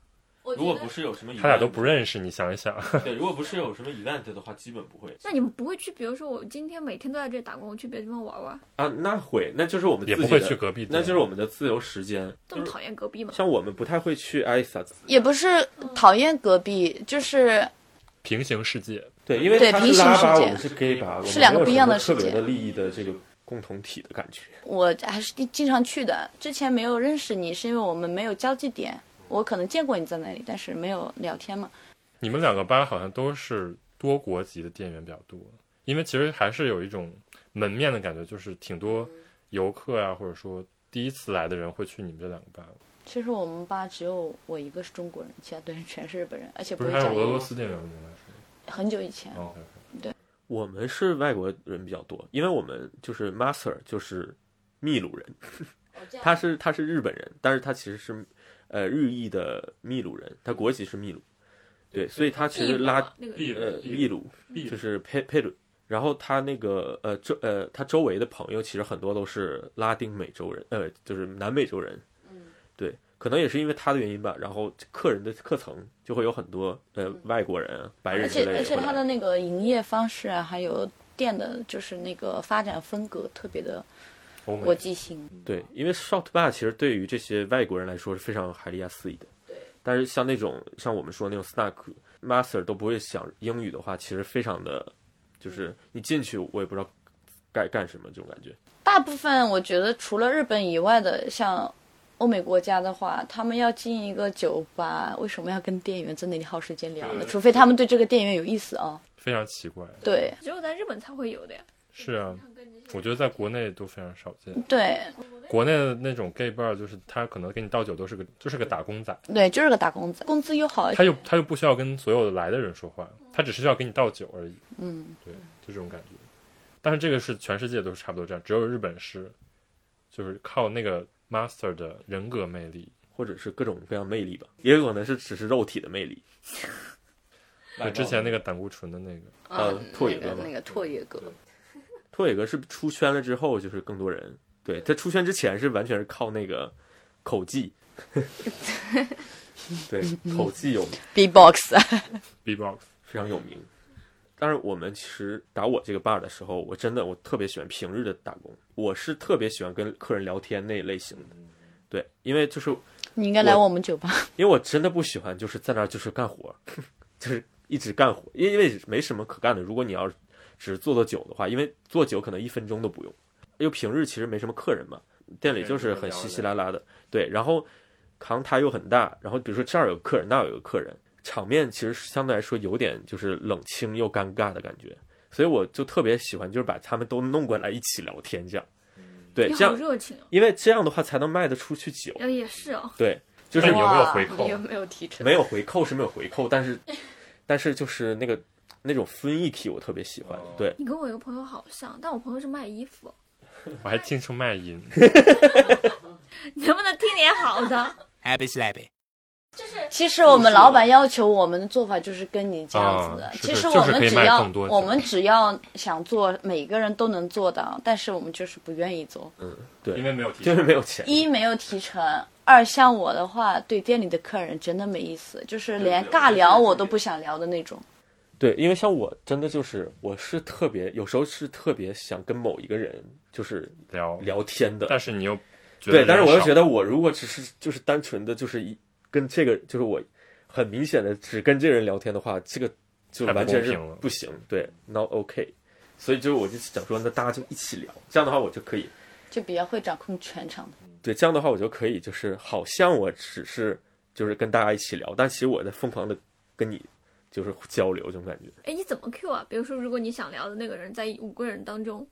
我
如果
觉得
不是有什么，
他俩都不。认识，你想一想，
对，如果不是有什么 event 的话，基本不会
那你们不会去，比如说我今天每天都在这里打工，我去别的地方玩玩，
啊。那会，那就是我们
也
自
不
己
会
的
去，隔壁店。
那就是我们的自由时间。
这么讨厌隔壁吗？
像我们不太会去艾萨，
也不是讨厌隔壁，就是
平行世界，
对，因为
对
他是
平行
拉
世
吧，
界
我们是 gay 吧，我们
是两个
没有
不一样的
什么
世
特
界
别的利益的这个共同体的感觉。
我还是经常去的。之前没有认识你，是因为我们没有交际点。我可能见过你在那里，但是没有聊天嘛。
你们两个吧好像都是多国籍的店员比较多，因为其实还是有一种门面的感觉，就是挺多游客啊，或者说第一次来的人会去你们这两个吧。
其实我们吧，只有我一个是中国人，其他队员全是日本人，而且
不
会
是还有
讲
俄
英
罗
语。
斯店员吗？原来是
很久以前，
哦，
我们是外国人比较多，因为我们就是 master 就是秘鲁人，
嗯
他是他是日本人，但是他其实是呃日裔的秘鲁人，他国籍是秘鲁，对，所以他其实拉
那个
秘
呃
鲁
秘鲁
秘鲁
就是佩佩鲁，然后他那个呃周呃他周围的朋友其实很多都是拉丁美洲人，呃就是南美洲人，
嗯
对，可能也是因为他的原因吧，然后客人的客层就会有很多呃外国人、白人
嗯而
之
且
类的
而且
会来
他的那个营业方式啊，还有店的，就是那个发展风格特别的
欧
国
美
际性。
对，因为 short bar 其实对于这些外国人来说是非常海利亚肆意的。对，但是像那种像我们说那种 snack master 都不会讲英语的话，其实非常的，
嗯
就是你进去我也不知道该干什么这种感觉。
大部分我觉得除了日本以外的，像欧美国家的话，他们要进一个酒吧，为什么要跟店员在那里耗时间聊呢？除非他们对这个店员有意思啊。
非常奇怪。
对
只有在日本才会有的呀。
是啊，我觉得在国内都非常少见。
对
国内的那种 gay bar 就是他可能给你倒酒都是个就是个打工仔，
对，就是个打工仔，工资又好。
他又他又不需要跟所有来的人说话，他只是需要给你倒酒而已。
嗯，
对，就这种感觉。但是这个是全世界都是差不多这样，只有日本是，就是靠那个 master 的人格魅力。
或者是各种各样魅力吧，也有可能是只是肉体的魅力。
就之前那个胆固醇的那个，
呃拓野
啊那个
哥嘛
那个拓野哥，
拓野哥是出圈了之后，就是更多人对他出圈之前是完全是靠那个口 技，对口技有
B-box，
B-box
非常有名。但是我们其实打我这个 bar 的时候，我真的我特别喜欢平日的打工，我是特别喜欢跟客人聊天那一类型的。对，因为就是
你应该来我们酒吧。
因为我真的不喜欢就是在那儿 就是干活，就是一直干活，因为没什么可干的。如果你要只做做酒的话，因为做酒可能一分钟都不用，因为平日其实没什么客人嘛，店里就是很稀稀拉拉的。对，然后扛台又很大，然后比如说这儿有客人，那儿有客人，场面其实相对来说有点就是冷清又尴尬的感觉，所以我就特别喜欢就是把他们都弄过来一起聊天这样。对，
你
这
好
样
热情哦。
因为这样的话才能卖得出去酒。
然后也是哦，
对，就是
那你有没有
哇
回
你
扣？
有没有提成？
没有回扣是没有回扣，但是但是就是那个那种分一体我特别喜欢，
哦
对，
你跟我一个朋友好像，但我朋友是卖衣服哦，
我还听出卖 淫，
你能不能听点好的？
Happy slappy.
其实我们老板要求我们的做法就是跟你这样子的。
啊是
其
的
实
就是
我们
可以
只
卖
要
更多
我们只要想做，每个人都能做到，但是我们就是不愿意做。
因为没有提
就是没有钱，
一没有提成，二像我的话，对店里的客人真的没意思，就是连尬聊我都不想聊的那种。
对，因为像我真的就是我是特别有时候是特别想跟某一个人就是
聊，
聊天的，
但是你又觉得
对，但是我又觉
得
得我如果只是就是单纯的就是一跟这个就是我很明显的只跟这个人聊天的话，这个就
太不
完全
公
是
平了
不行，对，not OK。所以就是我就想说，那大家就一起聊，这样的话我就可以
就比较会掌控全场的。
对，这样的话我就可以，就是好像我只是就是跟大家一起聊，但其实我在疯狂的跟你就是交流这种感觉。
哎，你怎么 Q 啊？比如说，如果你想聊的那个人在五个人当中，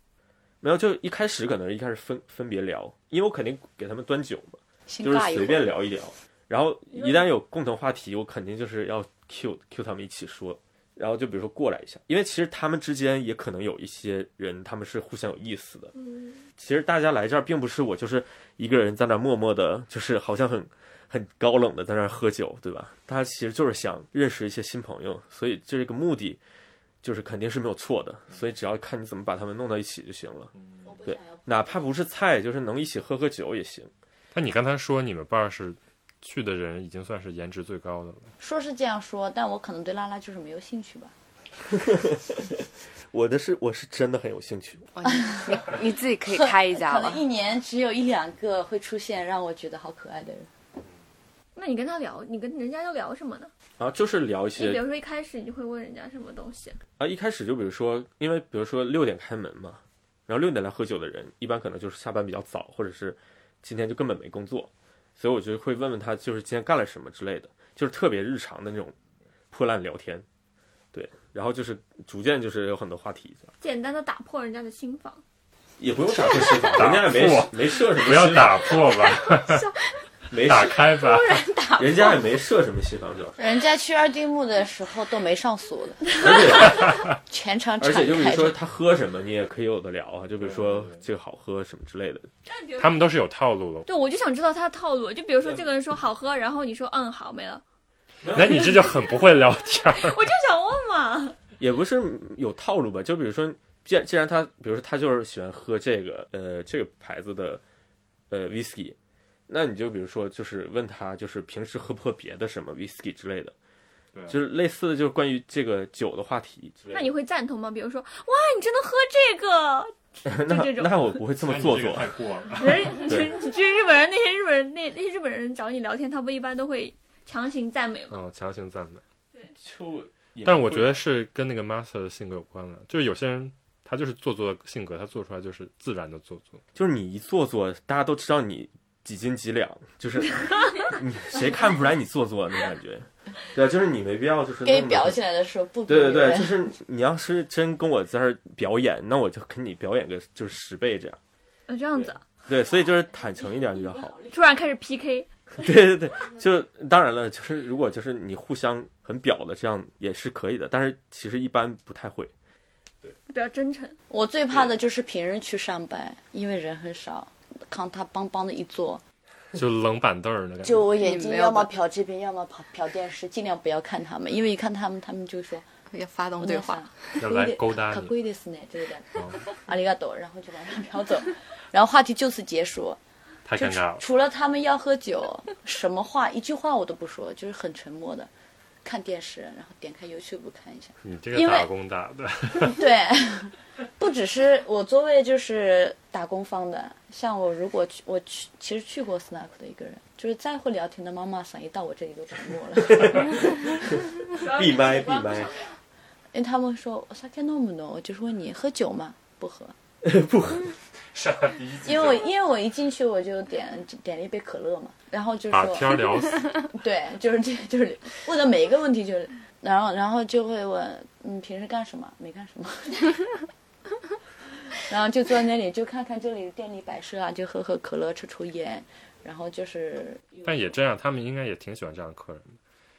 没有，就一开始可能一开始分分别聊，因为我肯定给他们端酒嘛，
先
就是
尬一会儿，
随便聊一聊。然后一旦有共同话题，我肯定就是要 Q Q 他们一起说，然后就比如说过来一下，因为其实他们之间也可能有一些人他们是互相有意思的，
嗯，
其实大家来这儿并不是我就是一个人在那儿默默的，就是好像很很高冷的在那儿喝酒，对吧？大家其实就是想认识一些新朋友，所以这个目的就是肯定是没有错的，所以只要看你怎么把他们弄到一起就行了。对，哪怕不是菜，就是能一起喝喝酒也行。
那你刚才说你们 bar 是去的人已经算是颜值最高的了。
说是这样说，但我可能对拉拉就是没有兴趣吧。
我的是我是真的很有兴趣，
哇哦你 你你自己可以开一家
可能
了。
一年只有一两个会出现让我觉得好可爱的人。
那你跟他聊，你跟人家都聊什么呢？
然后啊就是聊一
你比
些
如说一开始你会问人家什么东西？
啊，一开始就比如说，因为比如说六点开门嘛，然后六点来喝酒的人，一般可能就是下班比较早，或者是今天就根本没工作，所以我就会问问他，就是今天干了什么之类的，就是特别日常的那种破烂聊天，对，然后就是逐渐就是有很多话题，
简单的打破人家的心房。
也不用打破 心房，人家也没没设什么，
不要，打破吧，
没
打开吧。
人家也没设什么新房，主 要是，
人家去二丁目的时候都没上锁的，
而且。
全场
而
敞
且就比如
开
说
着。
他喝什么，你也可以有的聊啊。就比如
对
说
对对
这个好喝什么之类的。
但比如
他们都是有套路的，
对，我就想知道他的套路。就比
嗯
如说这个人说好喝，然后你说嗯好没了，
那你这就很不会聊天儿。
我就想问嘛。
也不是有套路吧？就比如说，既然既然他，比如说他就是喜欢喝这个呃这个牌子的呃 whisky，那你就比如说就是问他就是平时喝不喝别的什么 whisky 之类的，
对
就是类似的，就是关于这个酒的话题之类
那
的。
你会赞同吗？比如说哇，你真的喝这个？就这
那
种
那我不会这么做作，啊
太过 了。
人
对
就就日本人那些日本人那那些日本人找你聊天，他不一般都会强行赞美吗？
嗯，强行赞美。
就也
但是我觉得是跟那个 master 的性格有关了，就是有些人他就是做作的性格，他做出来就是自然的做作。
就是你一做作，大家都知道你几斤几两，就是你谁看不出来你做作那种感觉。对啊，就是你没必要就是
给
那么
裱起来的时候不
对对
不以
对，
为
就是你要是真跟我在这儿表演，那我就跟你表演个就是十倍这样。
呃，这样子啊，
对，所以就是坦诚一点比较好。
突然开始 PK，
对对对，就当然了，就是如果就是你互相很表的这样也是可以的，但是其实一般不太会。
比较真诚。
我最怕的就是平日去上班，因为人很少，看他邦邦的一坐，
就冷板凳儿的感觉
就。我眼
你
睛
没有
要么
吧
瞟这边，要么瞟瞟电视，尽量不要看他们，因为一看他们，他们就说
要发动对话，
要来勾搭
可
你，哦
贵的是呢，就是的， 阿里嘎多，然后就把他飘走，然后话题就此结束。
太
就
尴尬了。
除了他们要喝酒，什么话一句话我都不说，就是很沉默的，看电视，然后点开 YouTube 看一下。
你这个
因为
打工打的，
对， 不只是我座位就是打工方的，像我如果去我去其实去过 Snack 的一个人，就是再会聊天的妈妈桑一到我这里都沉默了，
闭麦闭麦，
因为他们说我 sake no m 我就是问你喝酒吗？不喝，
上来 第一集
因为我因为我一进去我就点点了一杯可乐嘛，然后就
把
说
啊天儿聊 死，
对，就是这就是 问的每一个问题就是，然后然后就会问嗯平时干什么？没干 什么。然后就坐在那里，就看看这里的店里摆设啊，就喝喝可乐，抽抽烟，然后就是有，
但也这样，他们应该也挺喜欢这样的客人的，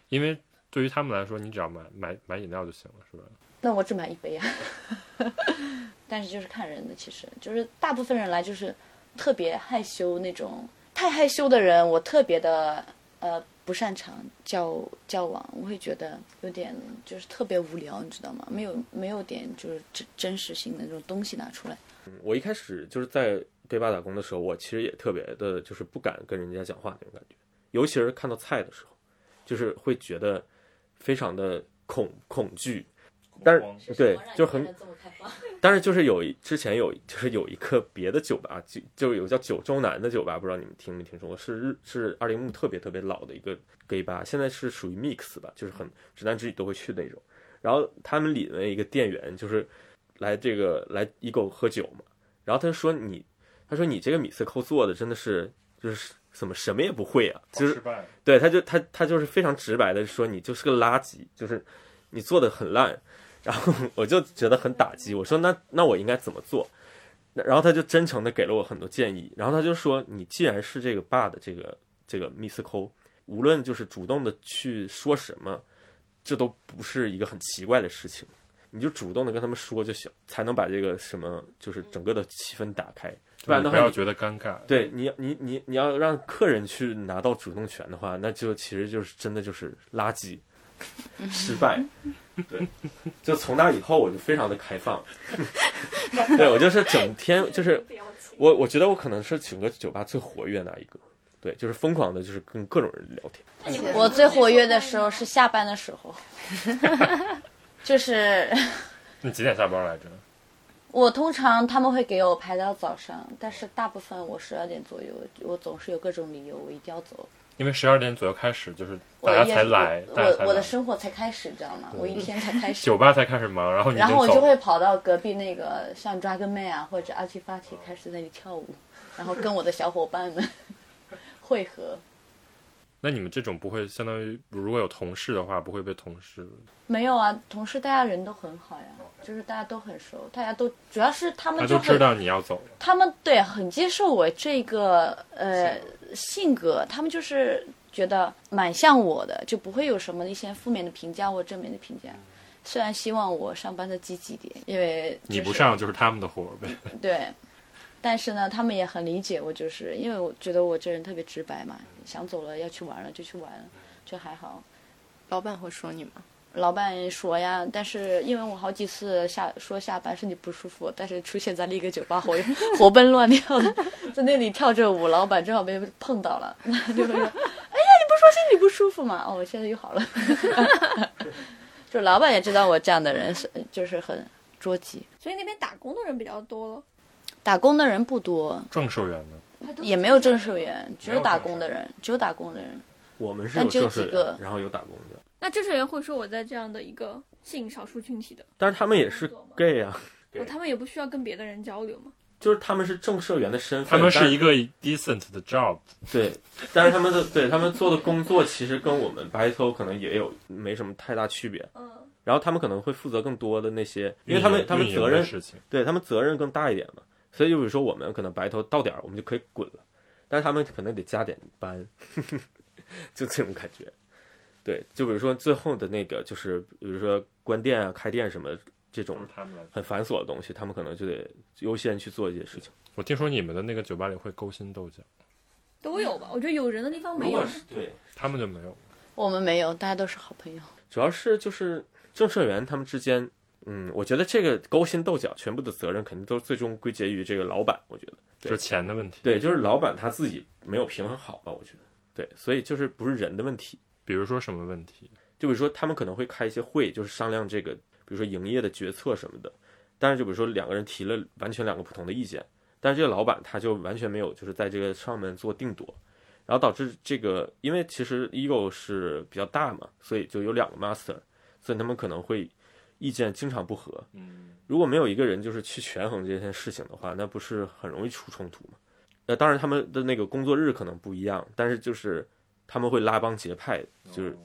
因为对于他们来说，你只要买买买饮料就行了，是吧？
那我只买一杯啊。 但是就是看人的，其实就是大部分人来就是特别害羞那种，太害羞的人我特别的呃不擅长交交往，我会觉得有点就是特别无聊，你知道吗？没有没有点就是真真实性的那种东西拿出来。
我一开始就是在北坝打工的时候，我其实也特别的，就是不敢跟人家讲话那种感觉，尤其是看到菜的时候，就是会觉得非常的恐恐惧。但是对，就很，但是就是有一之前有就是有一个别的酒吧，就就有叫九州南的酒吧，不知道你们听没听说过？是日是二零木特别特别老的一个 gay 吧，现在是属于 mix 吧，就是很直男直女都会去的那种。然后他们里面一个店员就是来这个来一狗喝酒嘛，然后他就说你，他说你这个米色扣做的真的是就是怎么什么也不会啊，就是
败。
对，他就他他就是非常直白的说你就是个垃圾，就是你做的很烂，然后我就觉得很打击。我说那那我应该怎么做？那然后他就真诚的给了我很多建议，然后他就说你既然是这个 bar 的这个这个 miss 扣，无论就是主动的去说什么，这都不是一个很奇怪的事情，你就主动的跟他们说就行，才能把这个什么就是整个的气氛打开，不然
你
的
不
话
要
你
觉得尴尬，
对你，你你你要让客人去拿到主动权的话，那就其实就是真的就是 垃圾，失败。对，就从那以后我就非常的开放， 对我就是整天就是我我觉得我可能是整个酒吧最活跃那一个，对，就是疯狂的，就是跟各种人聊天。
我最活跃的时候是下班的时候， 就是
你几点下班来着？
我通常他们会给我排到早上，但是大部分我十二点左右，我总是有各种理由我一定要走。
因为十二点左右开始，就是
我
大
的
家
夜
才来，大家才
我我的
来，
生活才开始，知道吗？我一天才开始。
酒吧才开始忙，然后你
然后我
走
就会跑到隔壁那个像 Drag Man 啊或者 Artie Fati 开始那里跳舞，然后跟我的小伙伴们 汇合。
那你们这种不会相当于如果有同事的话，不会被同事
没有啊，同事大家人都很好呀，就是大家都很熟，大家都主要是他
他
们
哦都
就
知
很
道你要走了。
他们对很接受我这个呃性格，他们就是觉得蛮像我的，就不会有什么一些负面的评价或正面的评价。虽然希望我上班的积极点，因为、就是、
你不上就是他们的活儿 呗。
对，但是呢，他们也很理解我，就是因为我觉得我这人特别直白嘛，想走了要去玩了就去玩了，就还好。
老板会说你吗？
老板说呀，但是因为我好几次下说下班身体不舒服，但是出现在另一个酒吧活活蹦乱跳的，在那里跳着舞，老板正好被碰到了， 就会说：“哎呀，你不说身体不舒服吗？”哦，我现在又好了。 就老板也知道我这样的人是，就是很捉急。
所以那边打工的人比较多了。
打工的人不多，
正受员呢？
也没有正式员，只
没
有
有
打
正
工
式
的人，只有打工的人。
我们是
但
有
只有
正式
几
人
个，
然后有打工的，
那正式人会说我在这样的一个性少数群体的，
但是他们也是 gay 啊，对
哦他们也不需要跟别的人交流嘛。
就是他们是正社员的身份，
他们
但
是一个 decent 的 job，
对，但是他们的对他们做的工作其实跟我们白头可能也有没什么太大区别。
嗯，
然后他们可能会负责更多的那些，因为他
运
们
营
他们
运营
责
的
任
事情，
对他们责任更大一点嘛。所以就比如说我们可能白头到点儿我们就可以滚了，但是他们可能得加点班， 就这种感觉。对，就比如说最后的那个就是比如说关店啊、开店什么这种
都是他们来。
很繁琐的东西，他们可能就得优先去做一些事情。
我听说你们的那个酒吧里会勾心斗角，
都有
嗯
吧？我觉得有人的地方没有。
对，
他们就没有。
我们没有，大家都是好朋友。
主要是就是正社员他们之间，嗯，我觉得这个勾心斗角全部的责任肯定都最终归结于这个老板，我觉得。
就
对
是钱的问题。
对，就是老板他自己没有平衡好吧，我觉得。对，所以就是不是人的问题，
比如说什么问题？
就比如说他们可能会开一些会，就是商量这个，比如说营业的决策什么的。但是就比如说两个人提了完全两个不同的意见，但是这个老板他就完全没有就是在这个上面做定夺，然后导致这个，因为其实 ego 是比较大嘛，所以就有两个 master，所以他们可能会意见经常不合。
嗯，
如果没有一个人就是去权衡这件事情的话，那不是很容易出冲突吗？呃，当然他们的那个工作日可能不一样，但是就是他们会拉帮结派，就是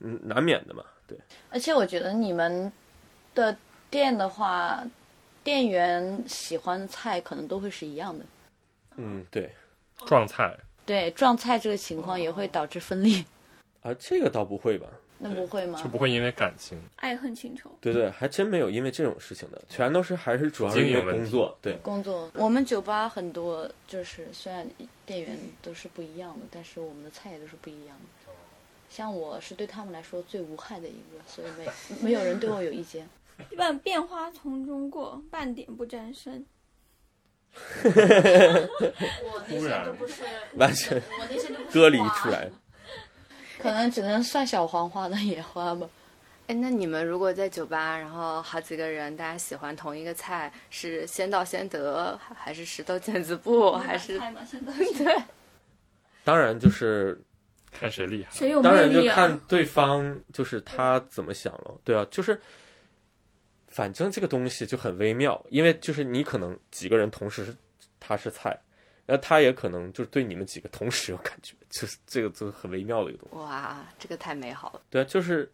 嗯难免的嘛。对，
而且我觉得你们的店的话，店员喜欢的菜可能都会是一样的。
嗯对
撞菜，
对，撞菜这个情况也会导致分裂，
啊，这个倒不会吧？
那不会吗
就？不会因为感情。
哦
爱恨情仇，
对对，还真没有因为这种事情的，全都是还是主要是因为工作。对，
工作，我们酒吧很多，就是虽然店员都是不一样的，但是我们的菜也都是不一样的。像我是对他们来说最无害的一个，所以没没有人对我有意见。
一般变化从中过，半点不沾身。
我
些都不
是，
完全
我那些都不
隔离出来。
可能只能算小黄花的野花吧。
哎，那你们如果在酒吧，然后好几个人，大家喜欢同一个菜，是先到先得，还还是石头剪子布，还是
菜嘛，现在
对？
当然就是，
看谁厉害。
谁有
当
魅
然就
力
看
啊？
对方就是他怎么想了。对啊，就是，反正这个东西就很微妙，因为就是你可能几个人同时是他是菜，然后他也可能就是对你们几个同时有感觉，就是这个就是很微妙的一个东西。
哇，这个太美好了！
对啊，就是，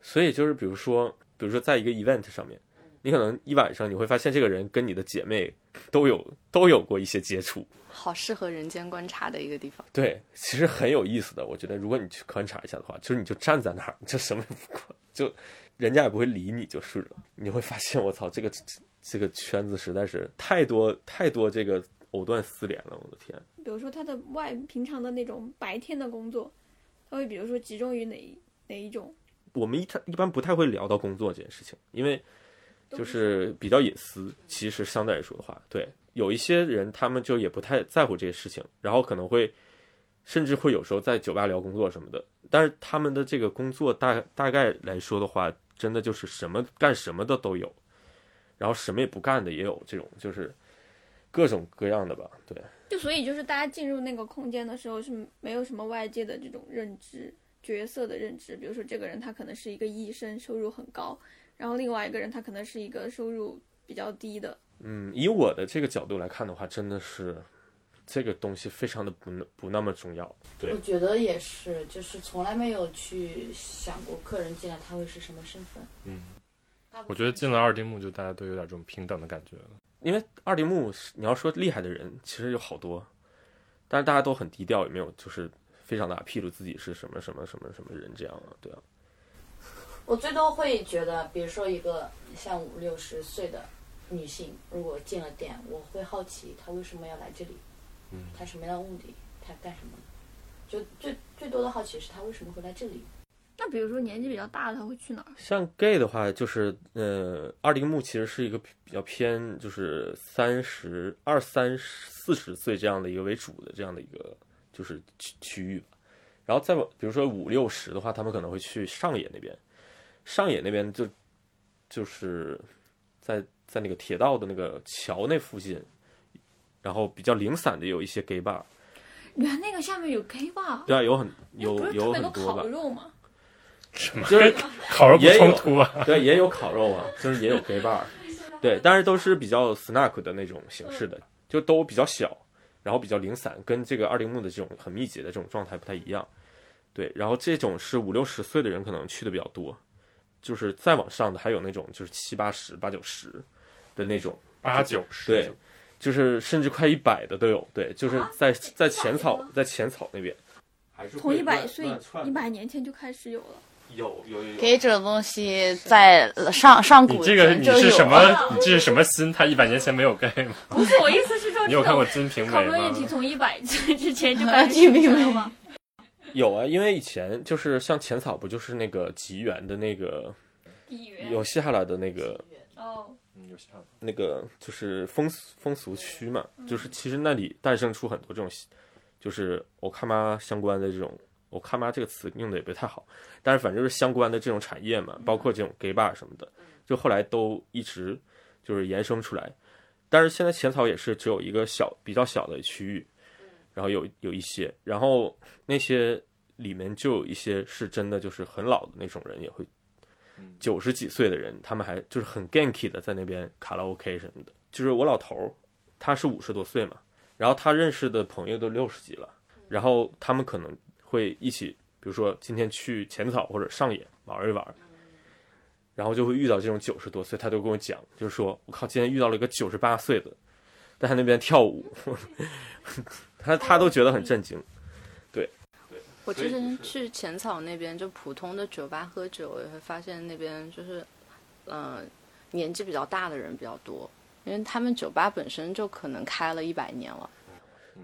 所以就是，比如说，比如说，在一个 event 上面，你可能一晚上你会发现这个人跟你的姐妹都有都有过一些接触，
好适合人间观察的一个地方。
对，其实很有意思的。我觉得，如果你去观察一下的话，就是你就站在那儿，就什么也不管，就人家也不会理你就是了。你会发现，我操，这个这个圈子实在是太多太多这个藕断丝连了，我的天！
比如说他的外平常的那种白天的工作，他会比如说集中于哪一哪一种？
我们一太一般不太会聊到工作这件事情，因为
都
就
不
是比较隐私。其实相对来说的话，对有一些人他们就也不太在乎这些事情，然后可能会甚至会有时候在酒吧聊工作什么的。但是他们的这个工作大大概来说的话，真的就是什么干什么的都有，然后什么也不干的也有，这种就是各种各样的吧。对，
就所以就是大家进入那个空间的时候是没有什么外界的这种认知、角色的认知。比如说这个人他可能是一个医生，收入很高，然后另外一个人他可能是一个收入比较低的。
嗯，以我的这个角度来看的话，真的是这个东西非常的不那不那么重要。对
我觉得也是，就是从来没有去想过客人进来他会是什么身份。
嗯
大部分，
我觉得进了二丁目就大家都有点这种平等的感觉了。
因为二丁目是你要说厉害的人，其实有好多，但是大家都很低调，也没有就是非常的披露自己是什么什么什么什么人这样啊，对啊，
我最多会觉得，比如说一个像五六十岁的女性，如果进了店，我会好奇她为什么要来这里，
嗯
她什么样的目的，她干什么的，就最最多的好奇是她为什么会来这里。
那比如说年纪比较大的他会去哪儿？
像 gay 的话，就是呃，二丁目其实是一个比较偏就是三十二三四十岁这样的一个为主的这样的一个就是区区域吧。然后再往比如说五六十的话，他们可能会去上野那边，上野那边就就是在在那个铁道的那个桥那附近，然后比较零散的有一些 gay bar，
原来那个下面有 K 吧？
对啊，有很
那不
有
是
有
特别
很多吧
烤，肉吗？
就是
烤肉不
也有
冲突啊，
对，也有烤肉啊，就是也有 gay bar，对，但是都是比较 snack 的那种形式的，就都比较小，然后比较零散，跟这个二零木的这种很密集的这种状态不太一样。对，然后这种是五六十岁的人可能去的比较多，就是再往上的还有那种就是七八十、八九十的那种，
八九十
对，就是甚至快一百的都有，对，就是在在浅草
100吗，
在浅草那边，
从一百岁、一百年前就开始有了。
有有有
给这种东西在上上
你
古
这个你
就是有
什么？你这是什么心态？一百年前没有 gay 吗？
不 是，我意思 是说，
你
这
有看
种
过《金瓶梅
讨》论议题
吗？
从一百 岁之前就开始
金瓶
出现了
梅
吗？
有啊，因为以前就是像浅草不就是那个吉原的那个
地缘
有西哈拉的那个
哦，
嗯，有像
那个就是风俗风俗区嘛，就是其实那里诞生出很多这种西，就是我看妈相关的这种，我看妈这个词用的也不太好，但是反正就是相关的这种产业嘛，包括这种 gay bar 什么的，就后来都一直就是延伸出来，但是现在浅草也是只有一个小比较小的区域，然后有有一些，然后那些里面就有一些是真的就是很老的那种人也会九十几岁的人，他们还就是很 ganky 的在那边卡拉 OK 什么的。就是我老头儿，他是五十多岁嘛，然后他认识的朋友都六十几了，然后他们可能会一起，比如说今天去浅草或者上野玩一玩，然后就会遇到这种九十多岁，他都跟我讲，就是说我靠，今天遇到了一个九十八岁的，在他那边跳舞， 他他都觉得很震惊。
我之前去浅草那边，就普通的酒吧喝酒，也会发现那边就是，嗯、年纪比较大的人比较多，因为他们酒吧本身就可能开了一百年了。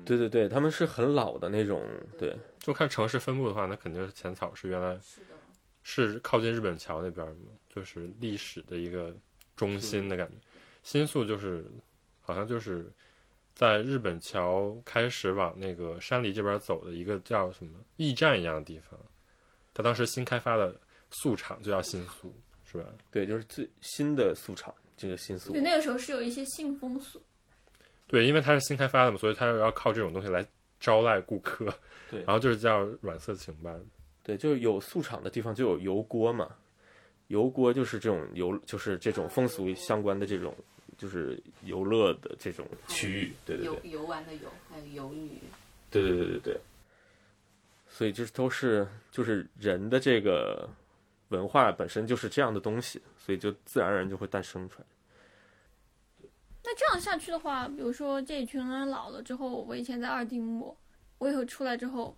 对对对，他们是很老的那种，对。
就看城市分布的话，那肯定是浅草是原来是靠近日本桥那边嘛，就是历史的一个中心的感觉。新宿就是好像就是在日本桥开始往那个山里这边走的一个叫什么驿站一样的地方，它当时新开发的宿场就叫新宿，是吧？
对，就是最新的速场，这个新速
对，。那个时候是有一些性风俗，
对，因为它是新开发的嘛，所以它要靠这种东西来招徕顾客。
对
然后就是叫软色情吧，
对，就是有速场的地方就有油锅嘛，油锅就是这种游，就是这种风俗相关的这种，就是游乐的这种区域。对对
游
对，
游玩的游，还有游女。
对对对对对。所以就是都是就是人的这个文化本身就是这样的东西，所以就自然而然就会诞生出来。
那这样下去的话，比如说这一群人老了之后，我以前在二丁目，我以后出来之后，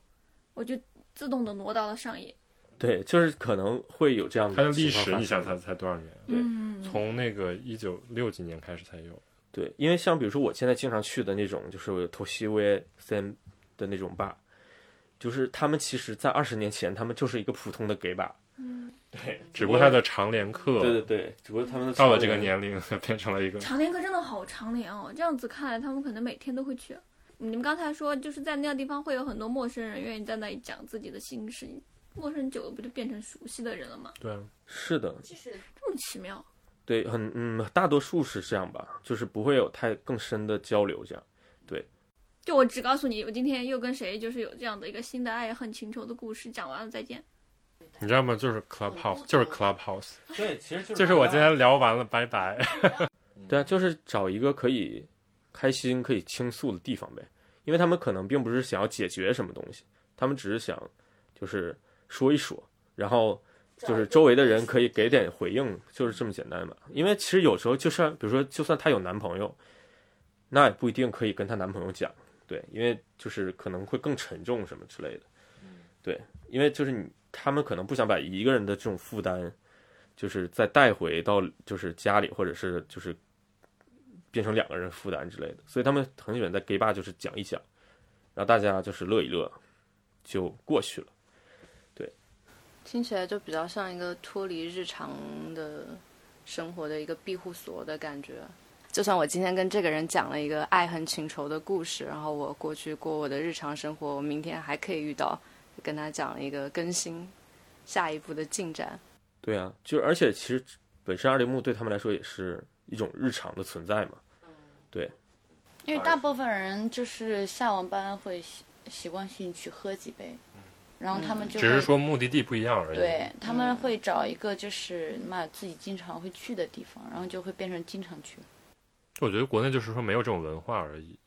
我就自动的挪到了上野。
对，就是可能会有这样的
它的历
情况
史
发
你想
生
才才多少年啊？
嗯，
从那个一九六几年开始才有，
对，因为像比如说我现在经常去的那种，就是头西威森的那种吧，就是他们其实在二十年前，他们就是一个普通的 gay 吧。
嗯
对，
只不过它的常连客
对对对，只不过他们的
到了
潮
这个
流，
年龄变成了一个
长连课真的好长连哦，这样子看来他们可能每天都会去。你们刚才说就是在那个地方会有很多陌生人愿意在那里讲自己的心事，陌生久了不就变成熟悉的人了吗？
对啊，
是的，
即使
这么奇妙，
对，很嗯，大多数是这样吧，就是不会有太更深的交流这样。
就我只告诉你，我今天又跟谁就是有这样的一个新的爱恨情仇的故事，讲完了再见。
你知道吗？就是 Clubhouse，就是 Clubhouse，
对，其实就
就是我今天聊完了，拜拜。
对啊，就是找一个可以开心、可以倾诉的地方呗。因为他们可能并不是想要解决什么东西，他们只是想就是说一说，然后就是周围的人可以给点回应，就是这么简单吧。因为其实有时候就算，比如说，就算她有男朋友，那也不一定可以跟她男朋友讲，对，因为就是可能会更沉重什么之类的，对，因为就是你他们可能不想把一个人的这种负担，就是再带回到就是家里或者是就是变成两个人负担之类的，所以他们很喜欢在 gay bar 就是讲一讲，然后大家就是乐一乐，就过去了。
听起来就比较像一个脱离日常的生活的一个庇护所的感觉。就算我今天跟这个人讲了一个爱恨情仇的故事，然后我过去过我的日常生活，我明天还可以遇到，跟他讲了一个更新下一步的进展。
对啊，就是而且其实本身二零木对他们来说也是一种日常的存在嘛。
因为大部分人就是下完班会习习惯性去喝几杯，然后他们就
只是
会
说目的地不一样而已。
对他们会找一个就是嘛自己经常会去的地方，然后就会变成经常去。
我觉得国内就是说没有这种文化而已，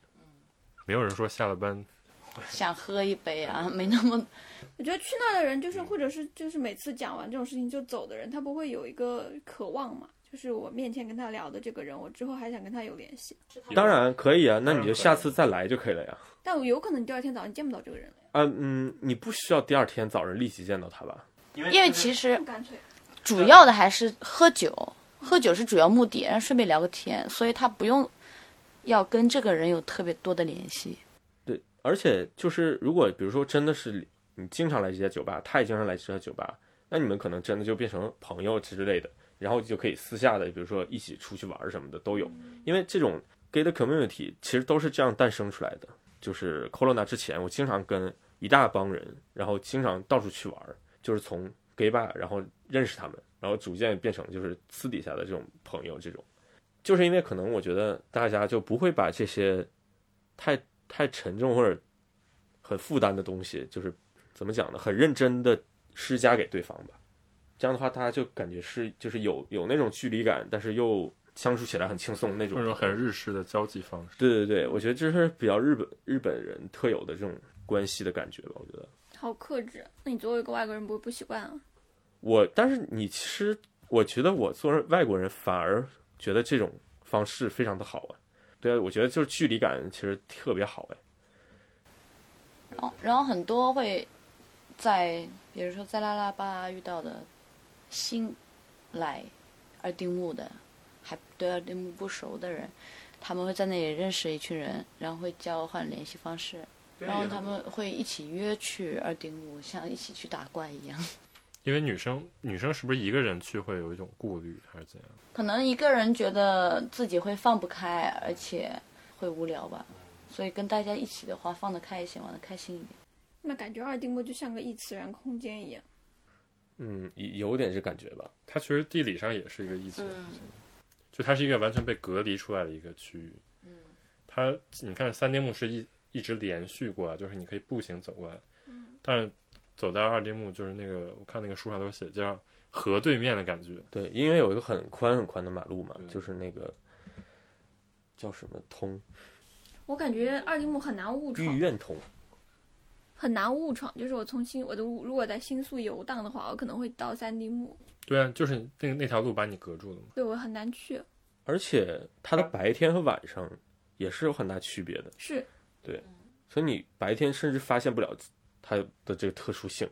没有人说下了班
想喝一杯啊，没那么
我觉得去那儿的人就是，或者是就是每次讲完这种事情就走的人，他不会有一个渴望嘛？就是我面前跟他聊的这个人，我之后还想跟他有联系，
当然可以啊，那你就下次再来就可以了呀。
但我有可能第二天早上见不到这个人了呀，
啊，嗯，你不需要第二天早上立即见到他吧？
因为其实
不干脆。啊
主要的还是喝酒，喝酒是主要目的，然后顺便聊个天，所以他不用要跟这个人有特别多的联系。
对，而且就是如果比如说真的是你经常来这家酒吧，他也经常来这家酒吧，那你们可能真的就变成朋友之类的，然后就可以私下的，比如说一起出去玩什么的都有。因为这种 gay 的 community 其实都是这样诞生出来的。就是 Corona 之前，我经常跟一大帮人，然后经常到处去玩，就是从 gay bar 然后认识他们，然后逐渐变成就是私底下的这种朋友这种。就是因为可能我觉得大家就不会把这些太太沉重或者很负担的东西，就是怎么讲呢，很认真的施加给对方吧。这样的话，大家就感觉是就是有有那种距离感，但是又相处起来很轻松那种
那种很日式的交际方式。
对对对，我觉得这是比较日本日本人特有的这种关系的感觉吧。我觉得
好克制，啊那你作为一个外国人，不会不习惯啊？
我，但是你其实，我觉得我作为外国人反而觉得这种方式非常的好啊。对啊，我觉得就是距离感其实特别好哎。
然后，然后很多会在，比如说在拉拉巴遇到的新来二丁目的，还对二丁目不熟的人，他们会在那里认识一群人，然后会交换联系方式，然后他们会一起约去二丁目，像一起去打怪一样。
因为女生女生是不是一个人去会有一种顾虑还是怎样？
可能一个人觉得自己会放不开，而且会无聊吧，所以跟大家一起的话，放得开一些，玩得开心一点。
那感觉二丁目就像个异次元空间一样。
嗯，有有点这感觉吧。
它其实地理上也是一个异次元空间，就它是一个完全被隔离出来的一个区域。它你看三丁目是一一直连续过来，就是你可以步行走过来，但是走到二丁目就是那个我看那个书上都写叫河对面的感觉，
对，因为有一个很宽很宽的马路嘛，
对
就是那个叫什么通
我感觉二丁目很难误
御
闯，
苑通。
很难误闯。就是我从新我的如果在新宿游荡的话，我可能会到三丁目，
对啊，就是那那条路把你隔住了嘛。
对我很难去。
而且它的白天和晚上也是有很大区别的，
是
所以你白天甚至发现不了它的这个特殊性。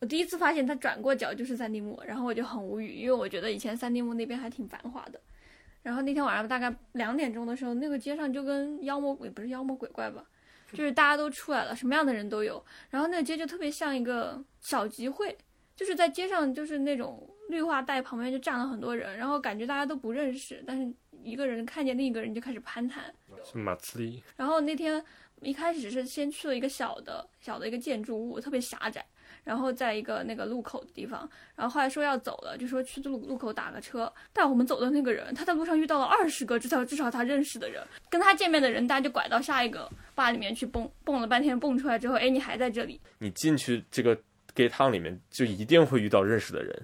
我第一次发现他转过角就是三丁目，然后我就很无语，因为我觉得以前三丁目那边还挺繁华的。然后那天晚上大概两点钟的时候，那个街上就跟妖魔鬼不是妖魔鬼怪吧，就是大家都出来了，什么样的人都有。然后那个街就特别像一个小集会，就是在街上就是那种绿化带旁边就站了很多人，然后感觉大家都不认识，但是一个人看见另一个人就开始攀谈。
是马自立，
然后那天一开始是先去了一个小的小的一个建筑物，特别狭窄，然后在一个那个路口的地方，然后后来说要走了，就说去路路口打个车。带我们走的那个人，他在路上遇到了二十个至少至少他认识的人，跟他见面的人，大家就拐到下一个坝里面去蹦，蹦了半天蹦出来之后，哎，你还在这里，
你进去这个 gay 汤里面，就一定会遇到认识的人。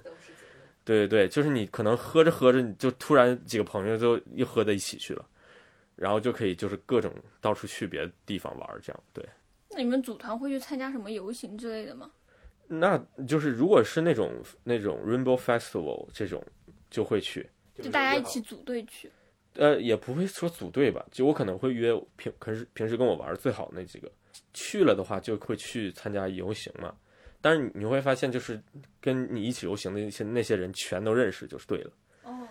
对对对，就是你可能喝着喝着，你就突然几个朋友就一喝在一起去了，然后就可以就是各种到处去别的地方玩儿，这样对。
那你们组团会去参加什么游行之类的吗？
那就是如果是那种那种 Rainbow Festival 这种，就会去。
就大家一起组队去。
呃，也不会说组队吧，就我可能会约平可是平时跟我玩儿最好的那几个，去了的话就会去参加游行嘛。但是你会发现，就是跟你一起游行的一些那些人全都认识，就是对了。
哦，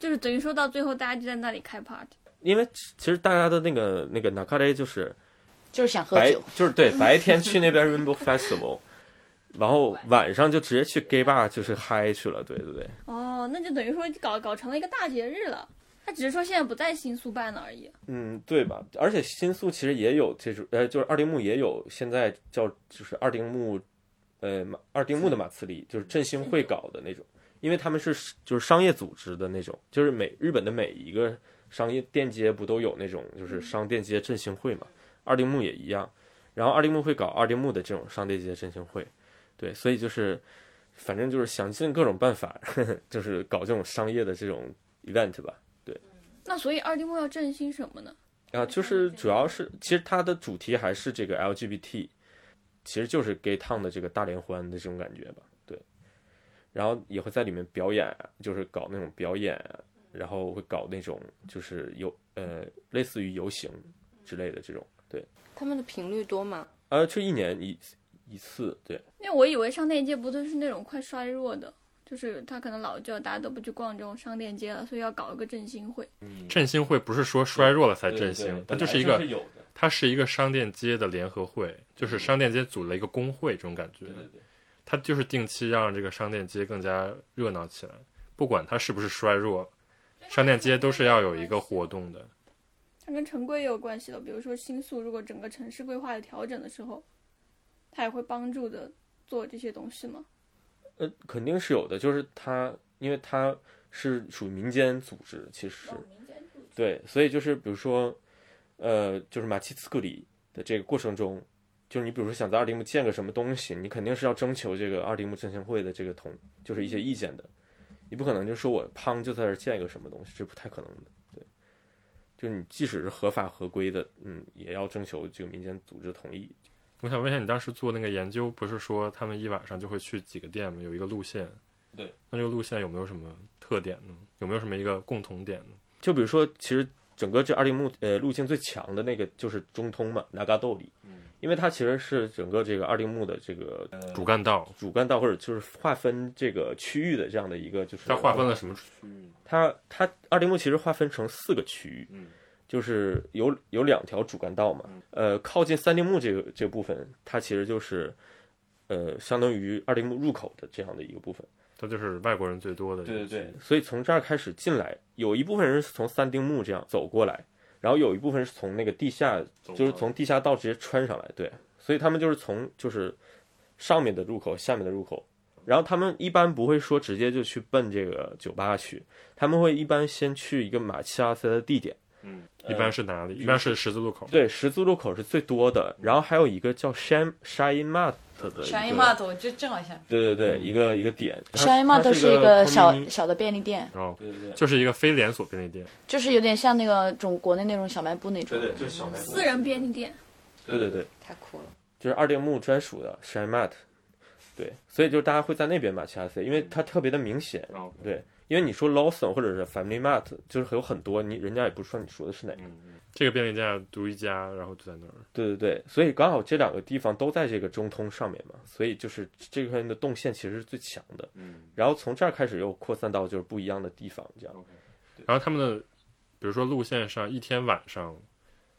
就是等于说到最后，大家就在那里开 party。
因为其其实大家的那个那个 nakare 就是
就是想喝
白
酒，
就是对白天去那边 Rainbow Festival，然后晚上就直接去 gay bar 就是嗨去了，对对对。
哦，那就等于说搞搞成了一个大节日了。他只是说现在不在新宿办了而已。
嗯，对吧？而且新宿其实也有这种，呃，就是二丁目也有，现在叫就是二丁目，呃，马二丁目的马自里，就是振兴会搞的那种，因为他们是就是商业组织的那种，就是每日本的每一个商业店街不都有那种就是商店街振兴会嘛，二丁目也一样，然后二丁目会搞二丁目的这种商店街振兴会，对，所以就是反正就是想尽各种办法， 呵呵就是搞这种商业的这种 event 吧。
那所以二丁目要振兴什么呢？
啊，就是主要是，其实它的主题还是这个 LGBT，其实就是 gay town 的这个大联欢的这种感觉吧，对。然后也会在里面表演，啊就是搞那种表演，啊然后会搞那种就是游呃类似于游行之类的这种，对。
他们的频率多吗？
呃，就一年一一次，对。
因为我以为商店街不都是那种快衰弱的，就是他可能老旧，大家都不去逛这种商店街了，所以要搞一个振兴会。
振兴会不是说衰弱了才振
对
兴
对，
它
本
就
来
是一个，
有的，
它是一个商店街的联合会，就是商店街组了一个工会这种感觉。
对。
它就是定期让这个商店街更加热闹起来，不管它是不是衰弱，商店街都是要有一个活动的。
它跟城规也有关系的，比如说新宿，如果整个城市规划有调整的时候，它也会帮助的做这些东西吗？
呃，肯定是有的，就是它，因为它是属于民间组织，其实是，对，所以就是比如说，呃，就是马奇斯库里的这个过程中，就是你比如说想在二丁目建个什么东西，你肯定是要征求这个二丁目振兴会的这个同，就是一些意见的，你不可能就说我砰就在这儿建一个什么东西，这不太可能的，对，就是你即使是合法合规的，嗯，也要征求这个民间组织的同意，
我想问一下，你当时做那个研究，不是说他们一晚上就会去几个店吗？有一个路线。
对。
那这个路线有没有什么特点呢？有没有什么一个共同点呢？
就比如说，其实整个这二丁目呃路径最强的那个就是中通嘛，拿嘎豆里，因为它其实是整个这个二丁目的这个
主干道，
主干道或者就是划分这个区域的这样的一个就是
它划分了什么？
它它二丁目其实划分成四个区域，
嗯
就是有有两条主干道嘛，呃，靠近三丁目这个这部分，它其实就是呃相当于二丁目入口的这样的一个部分。
它就是外国人最多的。
对对对，所以从这儿开始进来，有一部分人是从三丁目这样走过来，然后有一部分是从那个地下，就是从地下道直接穿上来，对，所以他们就是从就是上面的入口、下面的入口，然后他们一般不会说直接就去奔这个酒吧去，他们会一般先去一个马奇阿塞的地点，
一般是哪里？一般是十字路口。
呃对，十字路口是最多的，然后还有一个叫 Sham Shine Mart 的一个，
全一码头就正好像
对对对，一个一个点，它
s h i m a
它
t 是一
个
个小
community-
小的便利店，
然后
对对对
就是一个非连锁便利店，
就是有点像那个种国内那种小卖部那种。
对对，就是小卖部
私人便利店，
对对对。
太酷了！
就是二丁目专属的 Shine Mart，对，所以就是大家会在那边买 c h s 因为它特别的明显。
哦
对，因为你说 Lawson 或者是 Family Mart，就是有很多，你人家也不知道你说的是哪
嗯
个。
这个便利店独一家，然后就在那儿。
对对对，所以刚好这两个地方都在这个中通上面嘛，所以就是这块的动线其实是最强的。
嗯，
然后从这儿开始又扩散到就是不一样的地方，这样。
哦然后他们的，比如说路线上一天晚上，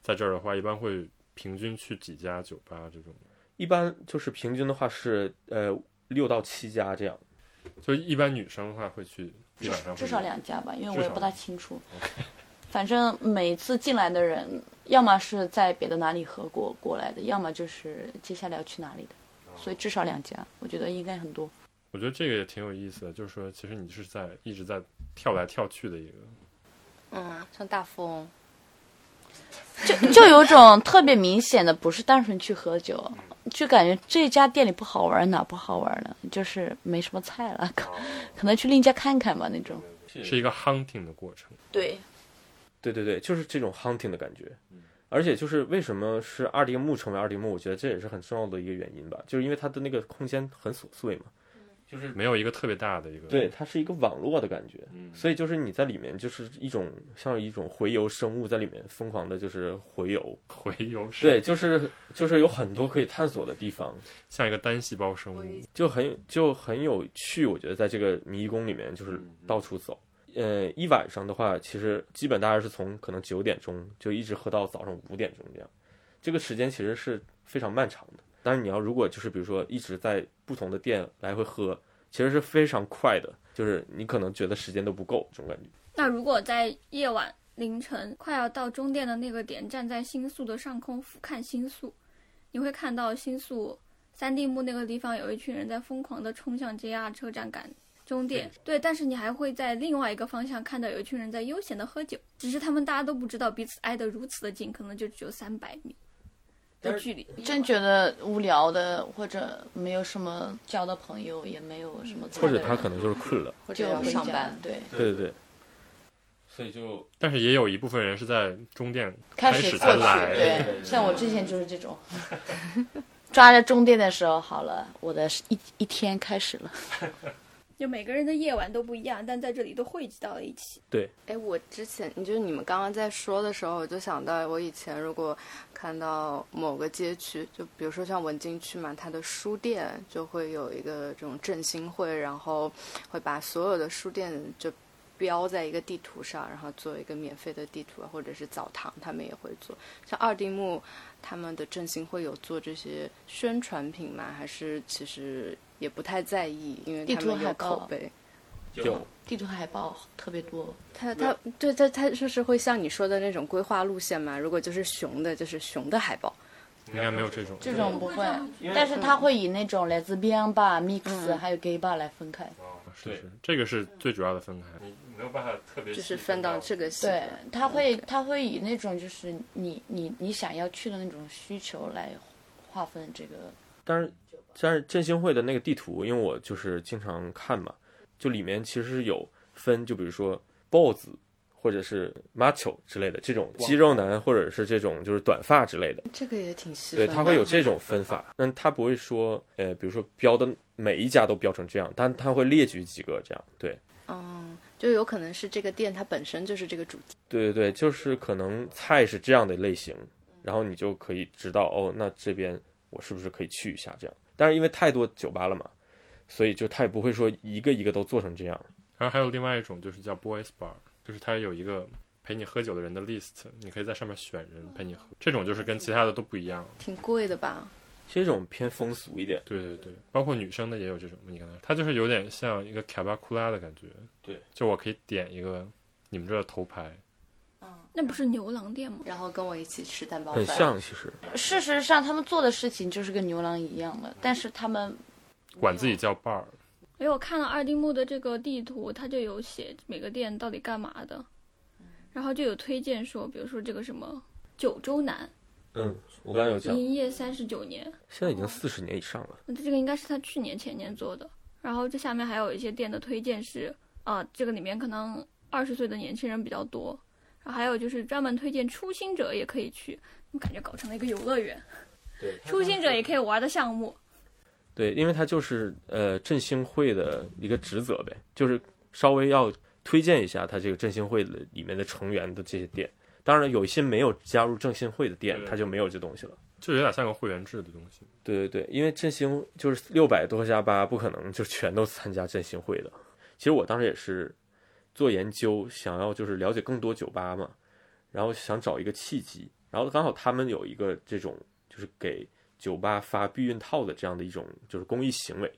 在这儿的话，一般会平均去几家酒吧这种，
一般就是平均的话是呃六到七家这样。
就一般女生的话会去一晚上会
至少两家吧，因为
至
我也
少
不大清楚。 反正每次进来的人，要么是在别的哪里喝过过来的，要么就是接下来要去哪里的，所以至少两家，我觉得应该很多。
我觉得这个也挺有意思的，就是说，其实你是在一直在跳来跳去的一个，
嗯，像大富翁，
就有种特别明显的，不是单纯去喝酒，就感觉这家店里不好玩，哪不好玩了，就是没什么菜了，可可能去另一家看看吧那种。
是一个 hunting 的过程。
对，
对对对，就是这种 hunting 的感觉。而且就是为什么是二丁目成为二丁目，我觉得这也是很重要的一个原因吧，就是因为它的那个空间很琐碎嘛。
就是没有一个特别大的一个
对，它是一个网络的感觉，所以就是你在里面就是一种像一种洄游生物在里面疯狂的，就是洄游。
回游是
对，就是就是有很多可以探索的地方，
像一个单细胞生物，
就很就很有趣。我觉得在这个迷宫里面就是到处走。呃，一晚上的话，其实基本大概是从可能九点钟就一直喝到早上五点钟这样，这个时间其实是非常漫长的。但是你要如果就是比如说一直在不同的店来回喝，其实是非常快的，就是你可能觉得时间都不够这种感觉。
那如果在夜晚凌晨快要到终点的那个点，站在星宿的上空俯瞰星宿，你会看到星宿三地目那个地方有一群人在疯狂地冲向 JR 车站赶终点。对，但是你还会在另外一个方向看到有一群人在悠闲地喝酒，只是他们大家都不知道彼此挨得如此的近，可能就只有三百米的距离。
真觉得无聊的，或者没有什么交的朋友，也没有什么菜
或
的
者
人，
他可能就是困了，
或者
就
要
回
上
家
班，
对，
对对对，所以就
但是也有一部分人是在终点
开
始
始
才
过
来
去，，对，像我之前就是这种， 抓着终点的时候，好了，我的一一天开始了。
就每个人的夜晚都不一样，但在这里都汇集到了一起。
哎，我之前你就是你们刚刚在说的时候，我就想到我以前如果看到某个街区，就比如说像文津区嘛，它的书店就会有一个这种振兴会，然后会把所有的书店就标在一个地图上，然后做一个免费的地图啊，或者是澡堂，他们也会做。像二丁目他们的振兴会有做这些宣传品吗？还是其实也不太在意，因为
地
他
图
们有
海报
口碑。
有
地图海报特别多，
他他对他他就是会像你说的那种规划路线嘛。如果就是熊的，就是熊的海报，
应该没有这种。
这种不会，但是他会以那种来自 B N bar、mix 还有 gay bar 来分开。
是是，这个是最主要的分开。你没有办法特别
就是分到这个系。
对，他会他会以那种就是你你你想要去的那种需求来划分这个。
但是但是振兴会的那个地图，因为我就是经常看嘛，就里面其实是有分，就比如说 BOSS 或者是 macho 之类的这种肌肉男，或者是这种就是短发之类的，
这个也挺细
对
分的。
他会有这种分法。但他不会说，呃，比如说标的每一家都标成这样，但他会列举几个这样，对。
嗯，就有可能是这个店它本身就是这个主题。
对对对，就是可能菜是这样的类型，然后你就可以知道哦，那这边我是不是可以去一下这样？但是因为太多酒吧了嘛，所以就他也不会说一个一个都做成这样。
然后还有另外一种就是叫 boys bar，就是它有一个陪你喝酒的人的 list，你可以在上面选人陪你喝。这种就是跟其他的都不一样。
挺贵的吧？
这种偏风俗一点，
对对对，包括女生的也有这种。你刚才它就是有点像一个卡巴库拉的感觉。
对，
就我可以点一个你们这儿的头牌，
那不是牛郎店吗？
然后跟我一起吃蛋包
很
饭。
像其实。
事实上，他们做的事情就是跟牛郎一样的，但是他们
管自己叫 bar，
没有哎看了二丁目的这个地图，它就有写每个店到底干嘛的，然后就有推荐说，比如说这个什么九州南
嗯，我刚才有讲，
营业三十九年，嗯
现在已经四十年以上了。
那这个应该是他去年前年做的。然后这下面还有一些店的推荐是，啊，这个里面可能二十岁的年轻人比较多，然后还有就是专门推荐初心者也可以去，我感觉搞成了一个游乐园，
对，
初心者也可以玩的项目。
对，因为它就是呃振兴会的一个职责呗，就是稍微要推荐一下它这个振兴会的里面的成员的这些店。当然，有一些没有加入振兴会的店，
对
它就没有这东西了。
就有点像个会员制的东西。
对对对，因为振兴就是六百多家吧，不可能就全都参加振兴会的。其实我当时也是做研究，想要就是了解更多酒吧嘛，然后想找一个契机，然后刚好他们有一个这种就是给酒吧发避孕套的这样的一种就是公益行为，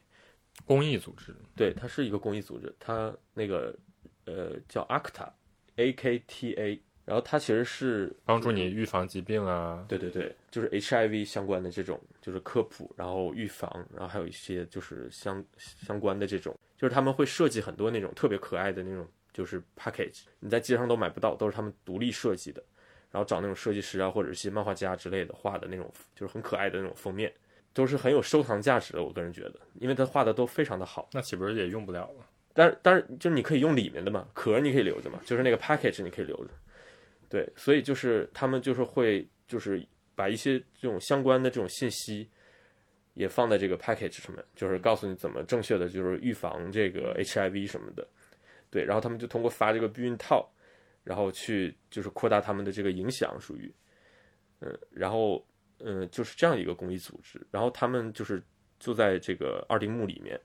公益组织，
对，它是一个公益组织，它那个呃叫 ACTA，A K T A 然后它其实是
帮助你预防疾病啊，
对对对，就是 HIV 相关的这种就是科普，然后预防，然后还有一些就是相相关的这种，就是他们会设计很多那种特别可爱的那种就是 package，你在街上都买不到，都是他们独立设计的，然后找那种设计师啊或者一些漫画家之类的画的那种，就是很可爱的那种封面，都是很有收藏价值的。我个人觉得，因为他画的都非常的好。
那岂不是也用不了了？
但是但是就是你可以用里面的嘛，壳儿你可以留着嘛，就是那个 package 你可以留着。对，所以就是他们就是会就是把一些这种相关的这种信息也放在这个 package 上面，就是告诉你怎么正确的就是预防这个 HIV 什么的。对，然后他们就通过发这个避孕套，然后去就是扩大他们的这个影响，属于嗯，然后嗯就是这样一个公益组织，然后他们就是就在这个二丁目里面。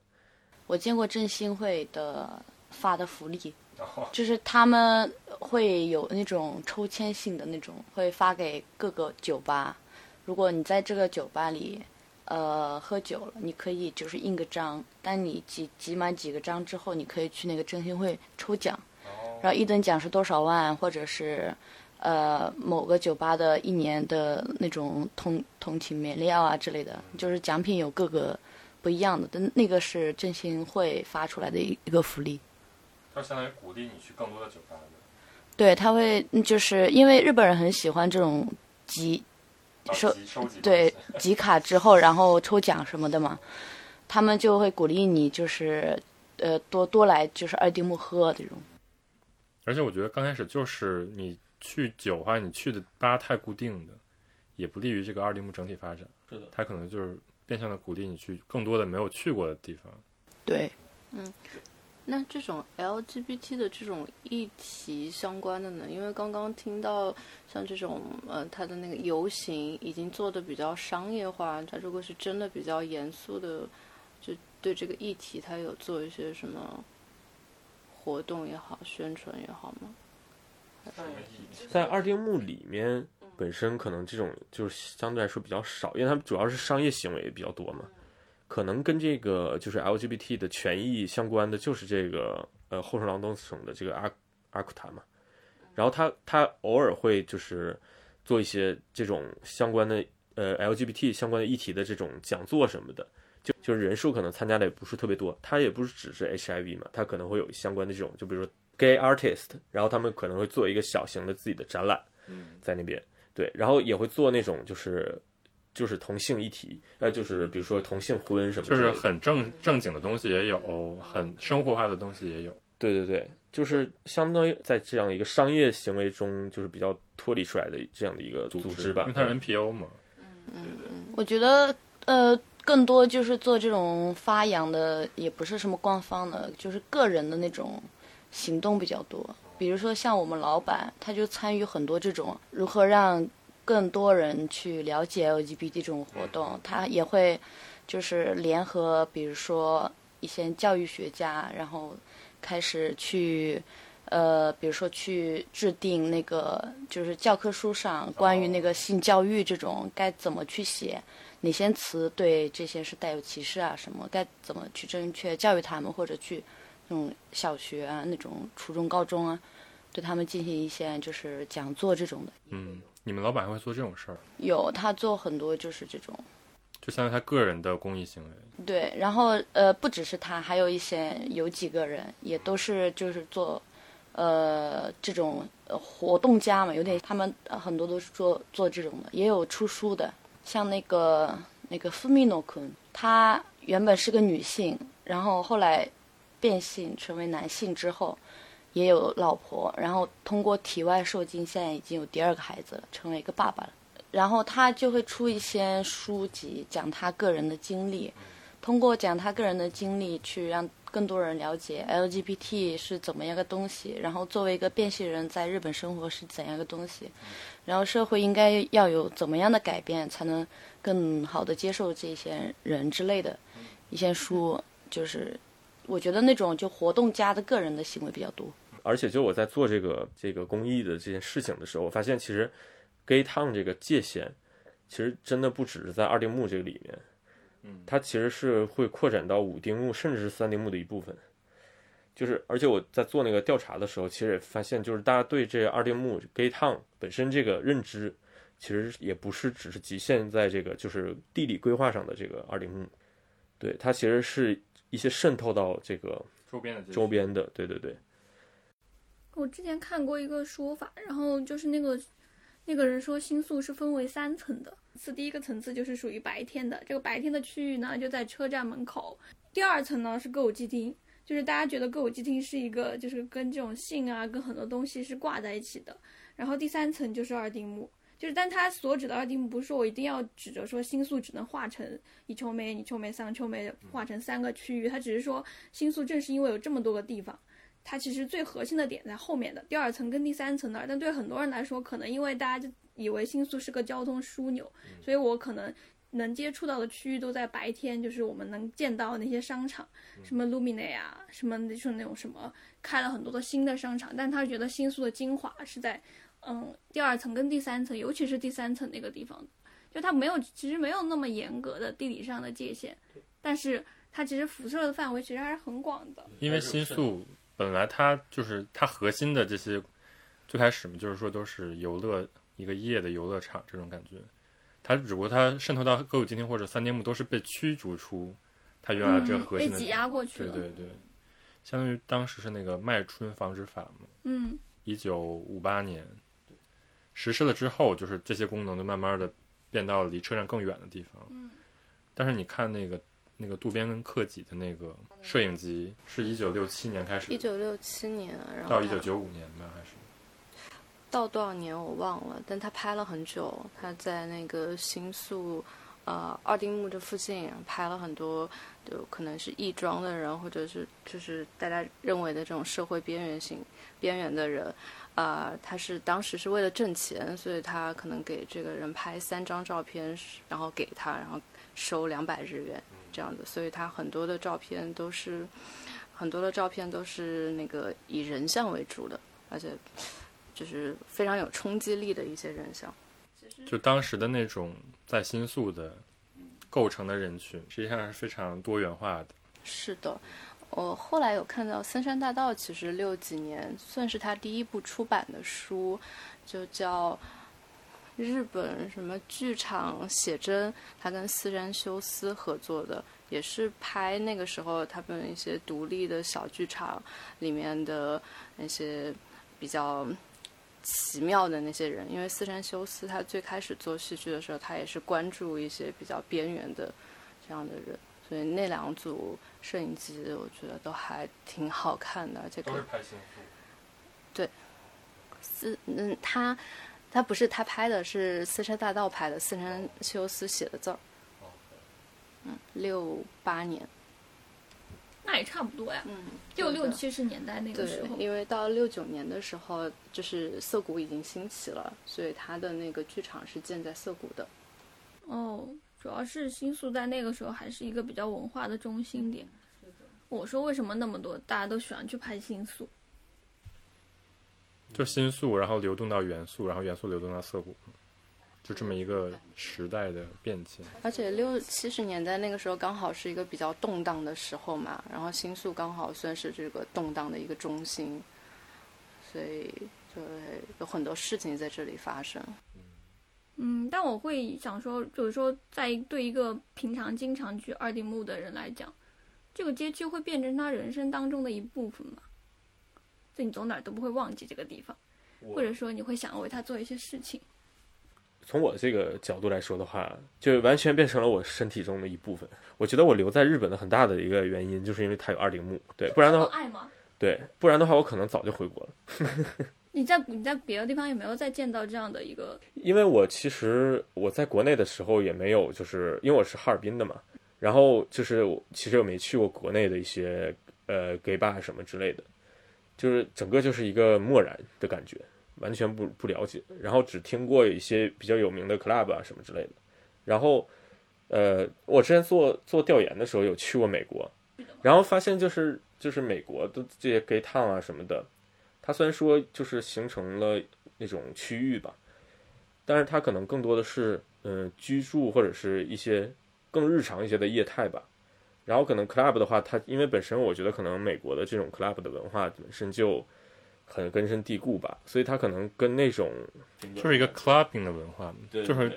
我见过振兴会的发的福利，
哦
就是他们会有那种抽签性的那种，会发给各个酒吧。如果你在这个酒吧里，呃，喝酒了，你可以就是印个章，但你集集满几个章之后，你可以去那个振兴会抽奖，然后一等奖是多少万，或者是呃某个酒吧的一年的那种同同情免料啊之类的，就是奖品有各个不一样的，但那个是振兴会发出来的一一个福利。
它相当于鼓励你去更多的酒吧的，
对，他会嗯就是因为日本人很喜欢这种集收
集收集
对集卡之后，然后抽奖什么的嘛，他们就会鼓励你就是呃多多来就是二丁目喝啊这种。
而且我觉得刚开始就是你去酒吧，你去的吧太固定的，也不利于这个二丁目整体发展。
是的
它可能就是变相的鼓励你去更多的没有去过的地方。
对，
那这种 LGBT 的这种议题相关的呢？因为刚刚听到像这种呃，它的那个游行已经做的比较商业化，它如果是真的比较严肃的，就对这个议题，它有做一些什么活动也好，宣传也好吗？
在二丁目里面本身可能这种就是相对来说比较少，因为他们主要是商业行为比较多嘛，可能跟这个就是 LGBT 的权益相关的就是这个呃后生劳动省的这个阿阿库塔嘛，然后他他偶尔会就是做一些这种相关的呃 LGBT 相关的议题的这种讲座什么的。就就是人数可能参加的也不是特别多，他也不是只是 HIV 嘛，他可能会有相关的这种，就比如说 gay artist，然后他们可能会做一个小型的自己的展览，在那边对，然后也会做那种就是就是同性议题，呃，就是比如说同性婚什么之
就是
类的，
很正正经的东西也有，很生活化的东西也有。
对对对，就是相当于在这样一个商业行为中，就是比较脱离出来的这样的一个组织吧
因为，它是 NPO 嘛，
我觉得呃更多就是做这种发扬的，也不是什么官方的，就是个人的那种行动比较多。比如说像我们老板，他就参与很多这种如何让更多人去了解 LGBT 这种活动，他也会就是联合，比如说一些教育学家，然后开始去。呃，比如说去制定那个就是教科书上关于那个性教育这种该怎么去写，哪些词对这些是带有歧视啊什么，该怎么去正确教育他们，或者去那种小学啊、那种初中、高中啊，对他们进行一些就是讲座这种的。
嗯，你们老板还会做这种事儿，
有他做很多就是这种，
就相当于他个人的公益行为。
对，然后呃，不只是他，还有一些有几个人也都是就是做，呃，这种呃活动家嘛，有点他们呃很多都是做做这种的，也有出书的，像那个那个富米诺昆，她原本是个女性，然后后来变性成为男性之后，也有老婆，然后通过体外受精，现在已经有第二个孩子了，成为一个爸爸了。然后他就会出一些书籍，讲他个人的经历，通过讲他个人的经历，去让更多人了解 LGBT 是怎么样个东西，然后作为一个变性人在日本生活是怎样个东西，然后社会应该要有怎么样的改变，才能更好的接受这些人之类的一些书，就是我觉得那种就活动家的个人的行为比较多。
而且就我在做这个这个公益的这件事情的时候，我发现其实 gay town 这个界限，其实真的不只是在二丁目这个里面，嗯，它其实是会扩展到五丁目甚至是三丁目的一部分。就是而且我在做那个调查的时候，其实也发现，就是大家对这二丁目 gay town 本身这个认知，其实也不是只是局限在这个就是地理规划上的这个二丁目，对它其实是一些渗透到这个
周边的街区
周，边的，对对对，
我之前看过一个说法，然后就是那个那个人说新宿是分为三层的，是第一个层次就是属于白天的，这个白天的区域呢就在车站门口，第二层呢是歌舞伎町，就是大家觉得歌舞伎町是一个就是跟这种性啊跟很多东西是挂在一起的，然后第三层就是二丁目。就是，但他所指的二丁目不是说我一定要指着说新宿只能划成一丘梅、二丘梅、三丘梅划成三个区域，他只是说新宿正是因为有这么多个地方，它其实最核心的点在后面的第二层跟第三层那儿，但对很多人来说，可能因为大家就以为新宿是个交通枢纽，所以我可能能接触到的区域都在白天，就是我们能见到那些商场，什么 Lumine 啊，什么就是那种什么开了很多的新的商场，但他觉得新宿的精华是在嗯第二层跟第三层，尤其是第三层那个地方，就它没有其实没有那么严格的地理上的界限，但是它其实辐射的范围其实还是很广的。
因为新宿本来它就是它核心的这些，最开始嘛，就是说都是游乐一个夜的游乐场这种感觉，它只不过它渗透到歌舞伎町或者三丁目都是被驱逐出它原啊来这个核
嗯被
心的、
挤压过去
对
了。
对对，相当于当时是那个卖春防止法嘛，
嗯，
一九五八年实施了之后，就是这些功能就慢慢的变到离车站更远的地方。嗯，但是你看那个那个渡边跟克己的那个摄影集，是一九六七年开始
一九六七年，啊然后
到
他
一九九五年吧，还是
到多少年我忘了，但他拍了很久，他在那个新宿，呃，二丁目这附近拍了很多，就可能是异装的人，或者是就是大家认为的这种社会边缘性边缘的人，啊、他是当时是为了挣钱，所以他可能给这个人拍三张照片，然后给他，然后收两百日元这样子，所以他很多的照片都是，很多的照片都是那个以人像为主的，而且。就是非常有冲击力的一些人像。
就当时的那种在新宿的构成的人群，实际上是非常多元化的。
是的，我后来有看到森山大道，其实六几年算是他第一部出版的书，就叫《日本什么剧场写真》，他跟四山修斯合作的，也是拍那个时候他们一些独立的小剧场里面的那些比较。奇妙的那些人，因为四山修斯他最开始做戏剧的时候，他也是关注一些比较边缘的这样的人，所以那两组摄影机我觉得都还挺好看的，而且可以
拍新宿，
四嗯，他他不是他拍的，是四山大道拍的，四山修斯写的字儿。嗯，六八年，
那也差不多呀，
嗯，
六
对
六
的
七十年代那个
对
时，候，
因为到六九年的时候，就是涩谷已经兴起了，所以他的那个剧场是建在涩谷的。
哦，主要是新宿在那个时候还是一个比较文化的中心点。我说为什么那么多大家都喜欢去拍新宿？
就新宿，然后流动到元素，然后元素流动到涩谷，就这么一个时代的变迁。
而且六七十年代那个时候刚好是一个比较动荡的时候嘛，然后新宿刚好算是这个动荡的一个中心，所以就会有很多事情在这里发生。
嗯，但我会想说，就是说，在对一个平常经常去二丁目的人来讲，这个街区会变成他人生当中的一部分嘛？就你走哪儿都不会忘记这个地方，或者说你会想为他做一些事情。
从我这个角度来说的话，就完全变成了我身体中的一部分。我觉得我留在日本的很大的一个原因，就是因为它有二丁目，对，不然的
有
话，
爱吗？
对，不然的话，我可能早就回国了。
你在你在别的地方有没有再见到这样的一个
因为我其实我在国内的时候也没有，就是因为我是哈尔滨的嘛，然后就是我其实我没去过国内的一些呃 gay bar 什么之类的，就是整个就是一个漠然的感觉，完全不不了解，然后只听过有一些比较有名的 club 啊什么之类的，然后呃，我之前做做调研的时候有去过美国，然后发现就是就是美国的这些 gay town 啊什么的，它虽然说就是形成了那种区域吧。但是它可能更多的是嗯、呃居住或者是一些更日常一些的业态吧。然后可能 club 的话，它因为本身我觉得可能美国的这种 club 的文化本身就很根深蒂固吧，所以它可能跟那种
就是一个 clubbing 的文化，
对
就是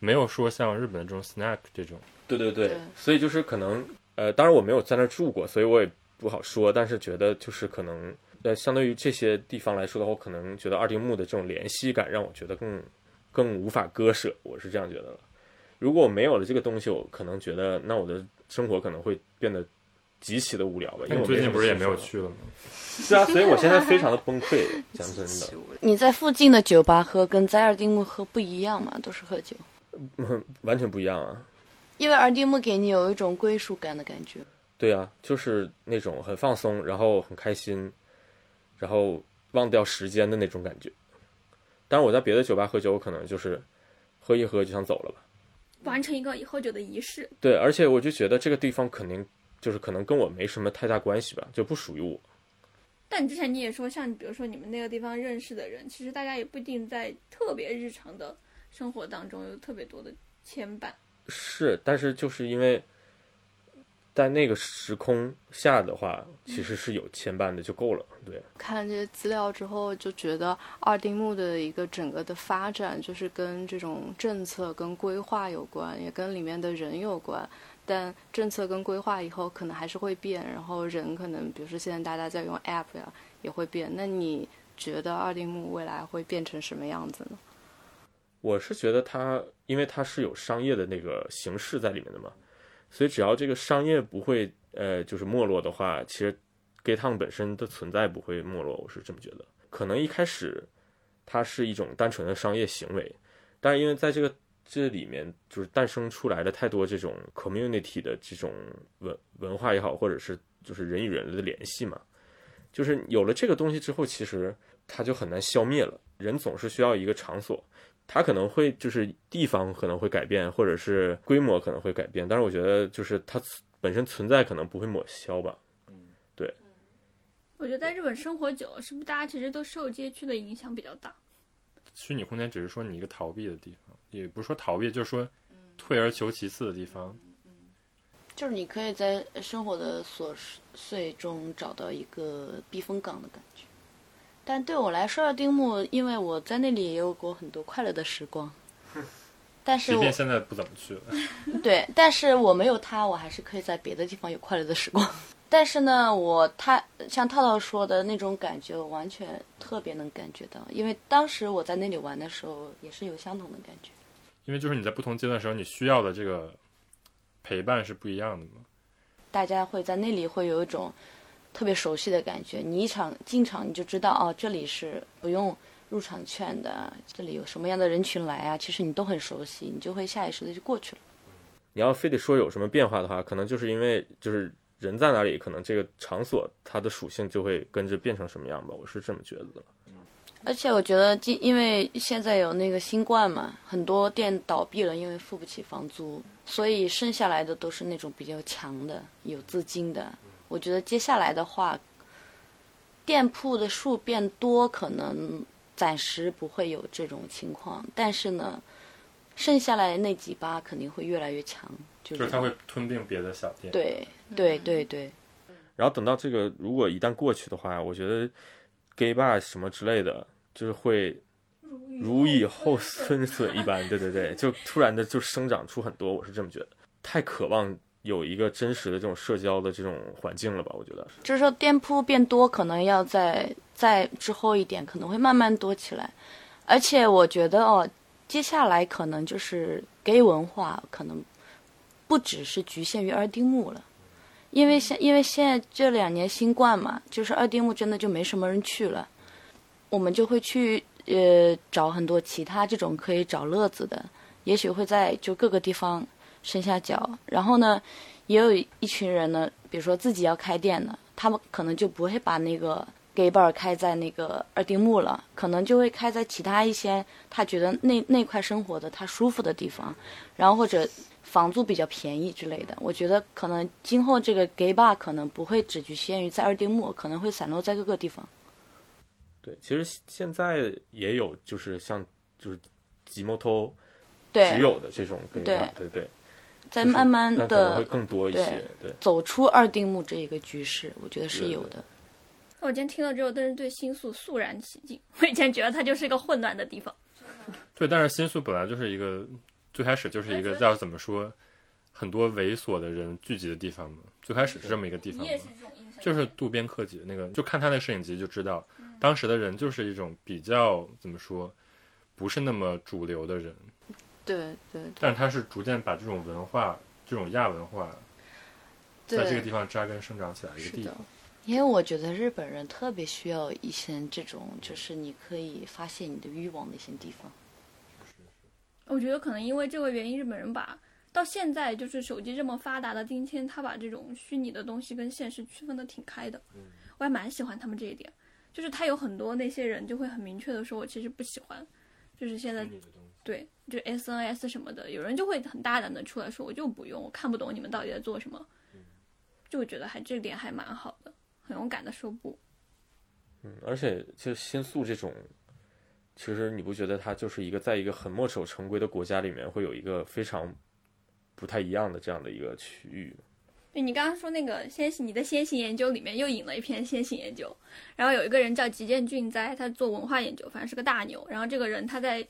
没有说像日本的这种 snack 这种，
对对对
对
所以就是可能呃，当然我没有在那儿住过，所以我也不好说，但是觉得就是可能呃，相对于这些地方来说的话，我可能觉得二丁目的这种联系感让我觉得更更无法割舍，我是这样觉得了。如果我没有了这个东西，我可能觉得那我的生活可能会变得极其的无聊吧。因
那哎
为
你
我
最近
什么
不是也
兴
没
趣
有去了
了
吗？
是啊，所以我现在非常的崩溃，讲真的。
你在附近的酒吧喝，跟在二丁目喝不一样嘛，都是喝酒，
嗯完全不一样啊。
因为二丁目给你有一种归属感的感觉。
对啊，就是那种很放松，然后很开心，然后忘掉时间的那种感觉。当然，我在别的酒吧喝酒，我可能就是喝一喝就想走了吧。
完成一个喝酒的仪式。
对，而且我就觉得这个地方肯定就是可能跟我没什么太大关系吧，就不属于我。
但之前你也说，像比如说你们那个地方认识的人，其实大家也不一定在特别日常的生活当中有特别多的牵绊。
是，但是就是因为在那个时空下的话，其实是有牵绊的就够了。对，啊
看这些资料之后，就觉得二丁目的一个整个的发展，就是跟这种政策跟规划有关，也跟里面的人有关。但政策跟规划以后可能还是会变，然后人可能，比如说现在大家在用 App 呀，也会变。那你觉得二丁目未来会变成什么样子呢？
我是觉得它，因为它是有商业的那个形式在里面的嘛，所以只要这个商业不会呃就是没落的话，其实 gay town 本身的存在不会没落，我是这么觉得。可能一开始它是一种单纯的商业行为，但是因为在这个这里面就是诞生出来了太多这种 community 的这种文文化也好，或者是就是人与人的联系嘛，就是有了这个东西之后，其实它就很难消灭了。人总是需要一个场所。它可能会就是地方可能会改变，或者是规模可能会改变，但是我觉得就是它存本身存在可能不会抹消吧。
我觉得在日本生活久，是不是大家其实都受街区的影响比较大？
虚拟空间只是说你一个逃避的地方，也不是说逃避，就是说退而求其次的地方。
就是你可以在生活的琐碎中找到一个避风港的感觉。但对我来说，二丁目，因为我在那里也有过很多快乐的时光，但是
即
我
便现在不怎么去了，
对，但是我没有他，我还是可以在别的地方有快乐的时光。 但是呢，我他像套套说的那种感觉，我完全特别能感觉到，因为当时我在那里玩的时候，也是有相同的感觉。
因为就是你在不同阶段的时候，你需要的这个陪伴是不一样的嘛。
大家会在那里会有一种特别熟悉的感觉。你一场进场你就知道哦，这里是不用入场券的，这里有什么样的人群来啊？其实你都很熟悉，你就会下意识的就过去了。
你要非得说有什么变化的话，可能就是因为就是人在哪里，可能这个场所它的属性就会跟着变成什么样吧，我是这么觉得的。
而且我觉得，今因为现在有那个新冠嘛，很多店倒闭了，因为付不起房租，所以剩下来的都是那种比较强的、有资金的。我觉得接下来的话，店铺的数变多，可能暂时不会有这种情况，但是呢，剩下来的那几吧肯定会越来越强，就
就是它会吞并别的小店。，
对对对对，
然后等到这个如果一旦过去的话，我觉得 gay bar 什么之类的，就是会如以后孙笋一般，对对对，就突然的就生长出很多，我是这么觉得。太渴望有一个真实的这种社交的这种环境了吧？我觉得
就是说店铺变多，可能要在在之后一点，可能会慢慢多起来。而且我觉得哦，接下来可能就是 gay 文化，可能不只是局限于二丁目了，因为现因为现在这两年新冠嘛，就是二丁目真的就没什么人去了，我们就会去呃找很多其他这种可以找乐子的，也许会在就各个地方伸下脚，然后呢。也有一群人呢，比如说自己要开店的，他们可能就不会把那个 gay bar 开在那个二丁目了，可能就会开在其他一些他觉得那那块生活的他舒服的地方，然后或者房租比较便宜之类的。我觉得可能今后这个 gay bar 可能不会只局限于在二丁目，可能会散落在各个地方。
对，其实现在也有就是像就是吉摩托
对，
只有的这种 gay
对
bar，对对。
在慢慢
那可能会
的
更多一些。对，
走出二定目这一个局势，我觉得是
对
有
对
的。
那我今天听了之后，真是对新宿肃然起敬。我以前觉得它就是一个混乱的地方，
对，但是新宿本来就是一个最开始就是一个要怎么说，很多猥琐的人聚集的地方嘛，最开始是这么一个地方嘛，
这种印象
就是渡边克己那个，就看他那摄影集就知道，
嗯
当时的人就是一种比较怎么说，不是那么主流的人，
对对
但是他是逐渐把这种文化、这种亚文化
对，
在这个地方扎根生长起来的一个
是
地
的
方。，
因为我觉得日本人特别需要一些这种，就是你可以发泄你的欲望的一些地方。
我觉得可能因为这个原因，日本人把到现在就是手机这么发达的今天，他把这种虚拟的东西跟现实区分的挺开的。我还蛮喜欢他们这一点，就是他有很多那些人就会很明确的说，我其实不喜欢，就是现在对，就 SNS 什么的，有人就会很大胆的出来说，我就不用，我看不懂你们到底在做什么，就会觉得还这点还蛮好的，很勇敢的说不。
嗯，而且其实新宿这种，其实你不觉得它就是一个在一个很墨守成规的国家里面，会有一个非常不太一样的这样的一个区域吗？
对你刚刚说那个先行，你的先行研究里面又引了一篇先行研究，然后有一个人叫吉见俊哉，他做文化研究，反正是个大牛。然后这个人他在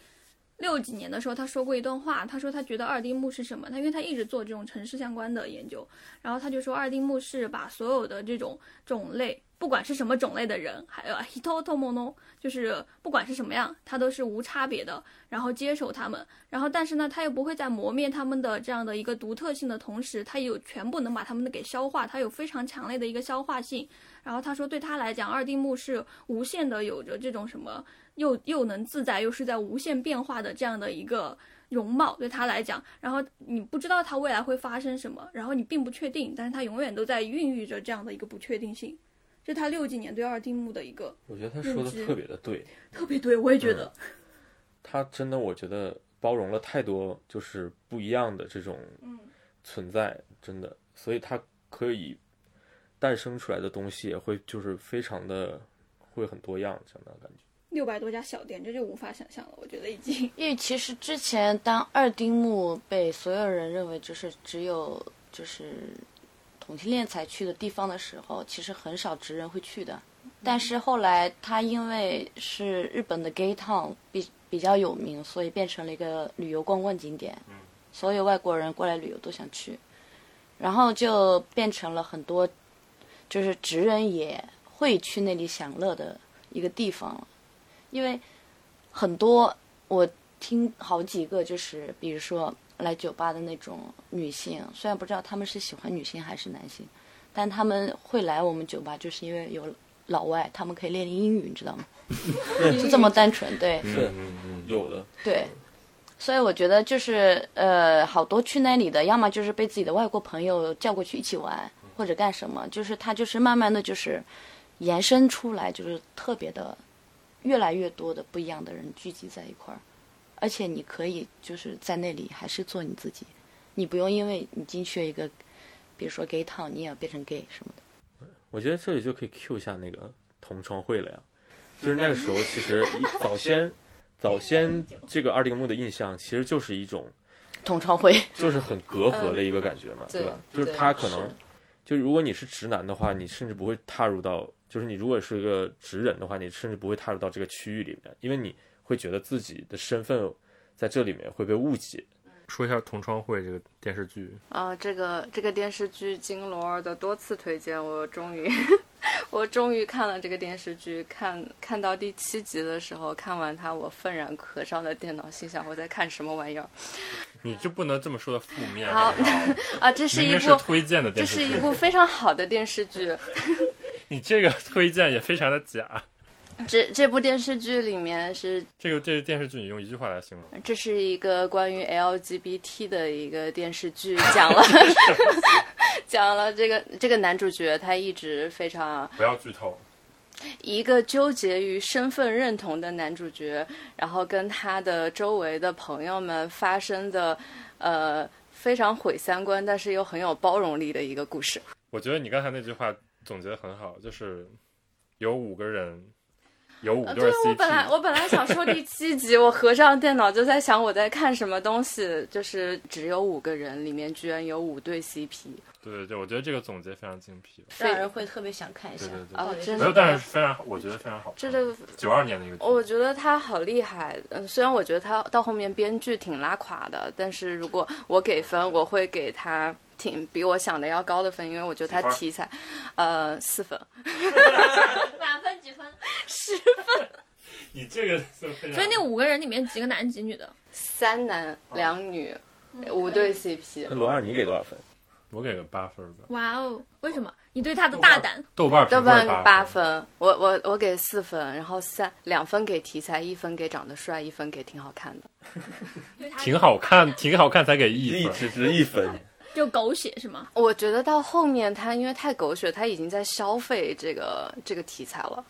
六几年的时候，他说过一段话，他说他觉得二丁目是什么？他因为他一直做这种城市相关的研究，然后他就说二丁目是把所有的这种种类，不管是什么种类的人，还有啊 hitotomono，就是不管是什么样，他都是无差别的，然后接受他们，然后但是呢，他又不会在磨灭他们的这样的一个独特性的同时，他也有全部能把他们的给消化，他有非常强烈的一个消化性。然后他说，对他来讲，二丁目是无限的，有着这种什么又又能自在，又是在无限变化的这样的一个容貌，对他来讲。然后你不知道他未来会发生什么，然后你并不确定，但是他永远都在孕育着这样的一个不确定性。这是他六几年对二丁目的一个
我觉得他说的
认知
特别的对，
特别对，我也觉得，
他真的我觉得包容了太多就是不一样的这种
嗯
存在，真的，所以他可以诞生出来的东西也会就是非常的会很多样这样的感觉。
六百多家小店，这就无法想象了，我觉得已经。
因为其实之前当二丁目被所有人认为就是只有就是同性恋才去的地方的时候，其实很少直人会去的。但是后来它因为是日本的 gay town 比比较有名，所以变成了一个旅游观光景点，所有外国人过来旅游都想去，然后就变成了很多就是直人也会去那里享乐的一个地方了，因为很多我听好几个，就是比如说来酒吧的那种女性，虽然不知道他们是喜欢女性还是男性，但他们会来我们酒吧，就是因为有老外，他们可以练英语，你知道吗？就这么单纯，对
是有的，
对。所以我觉得就是呃，好多去那里的，要么就是被自己的外国朋友叫过去一起玩，或者干什么，就是他就是慢慢的就是延伸出来，就是特别的越来越多的不一样的人聚集在一块儿。而且你可以就是在那里还是做你自己，你不用因为你进去一个，比如说 gay town，你也要变成 gay 什么的。
我觉得这里就可以 Q 一下那个同窗会了呀，就是那个时候，其 实一早先早先这个二丁目的印象，其实就是一种
同窗会，
就是很隔阂的一个感觉嘛，
嗯对
吧？就是
对
他可
是
能就如果你是直男的话，你甚至不会踏入到，就是你如果是一个直人的话，你甚至不会踏入到这个区域里面，因为你会觉得自己的身份在这里面会被误解。
说一下《同窗会》这个电视剧，
啊，这个这个电视剧经罗儿的多次推荐，我终于 我终于看了这个电视剧，看看到第七集的时候，看完它，我愤然合上了电脑，心想我在看什么玩意儿
你就不能这么说的负面，
好
不
啊！这是
明
一
明是
部
推荐的
这
电视
是
剧，
一部非常好的电视剧，
你这个推荐也非常的假。
这这部电视剧里面是
这个这个电视剧，你用一句话来形容，
这是一个关于 LGBT 的一个电视剧，讲了 讲了这个这个男主角他一直非常
不要剧透。
一个纠结于身份认同的男主角，然后跟他的周围的朋友们发生的，呃，非常毁三观，但是又很有包容力的一个故事。
我觉得你刚才那句话总结的很好，就是有五个人有五
呃
对
对，我
CP，、
本来我本来想说第七集，我合上电脑就在想我在看什么东西，就是只有五个人，里面居然有五对 CP，
对对对，我觉得这个总结非常精辟，
非
让人会特别想看一下
对对。对
到
哦
底，是
真
没
的
有，，但是非常好，我觉得非常好看，
这个
九二年的一个剧，
我觉得他好厉害，嗯，虽然我觉得他到后面编剧挺拉垮的，但是如果我给分，我会给他挺比我想的要高的分，因为我觉得他
几分
题材，呃，四分，
满分几分？
你这个就非常
所以那五个人里面几个男几女的？
三男两女，五对 CP，
那罗二你给多少分？
我给个八分吧，
哇哦，为什么？你对他的大胆，
豆瓣
豆
评
瓣
分
八
分，
分，我我我给四分，然后三两分给题材，一分给长得帅，一分给挺好看的，
挺好看，挺好看才给一
一
分，
只值一分，
就狗血是吗？
我觉得到后面他因为太狗血，他已经在消费这个这个题材了。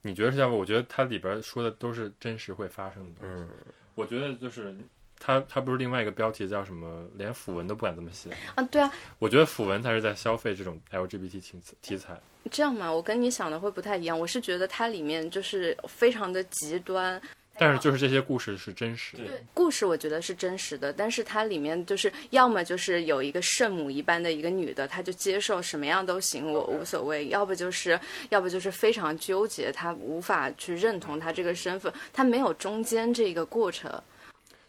你觉得是这样吗？我觉得它里边说的都是真实会发生的东西。
嗯，
我觉得就是它，它不是另外一个标题叫什么，连腐文都不敢这么写。
啊，对啊，
我觉得腐文才是在消费这种 LGBT 题题材。
这样嘛，我跟你想的会不太一样。我是觉得它里面就是非常的极端，
但是就是这些故事是真实的，
故事我觉得是真实的，但是它里面就是要么就是有一个圣母一般的一个女的，她就接受什么样都行，我无所谓；要不就是要不就是非常纠结，她无法去认同她这个身份，她没有中间这个过程。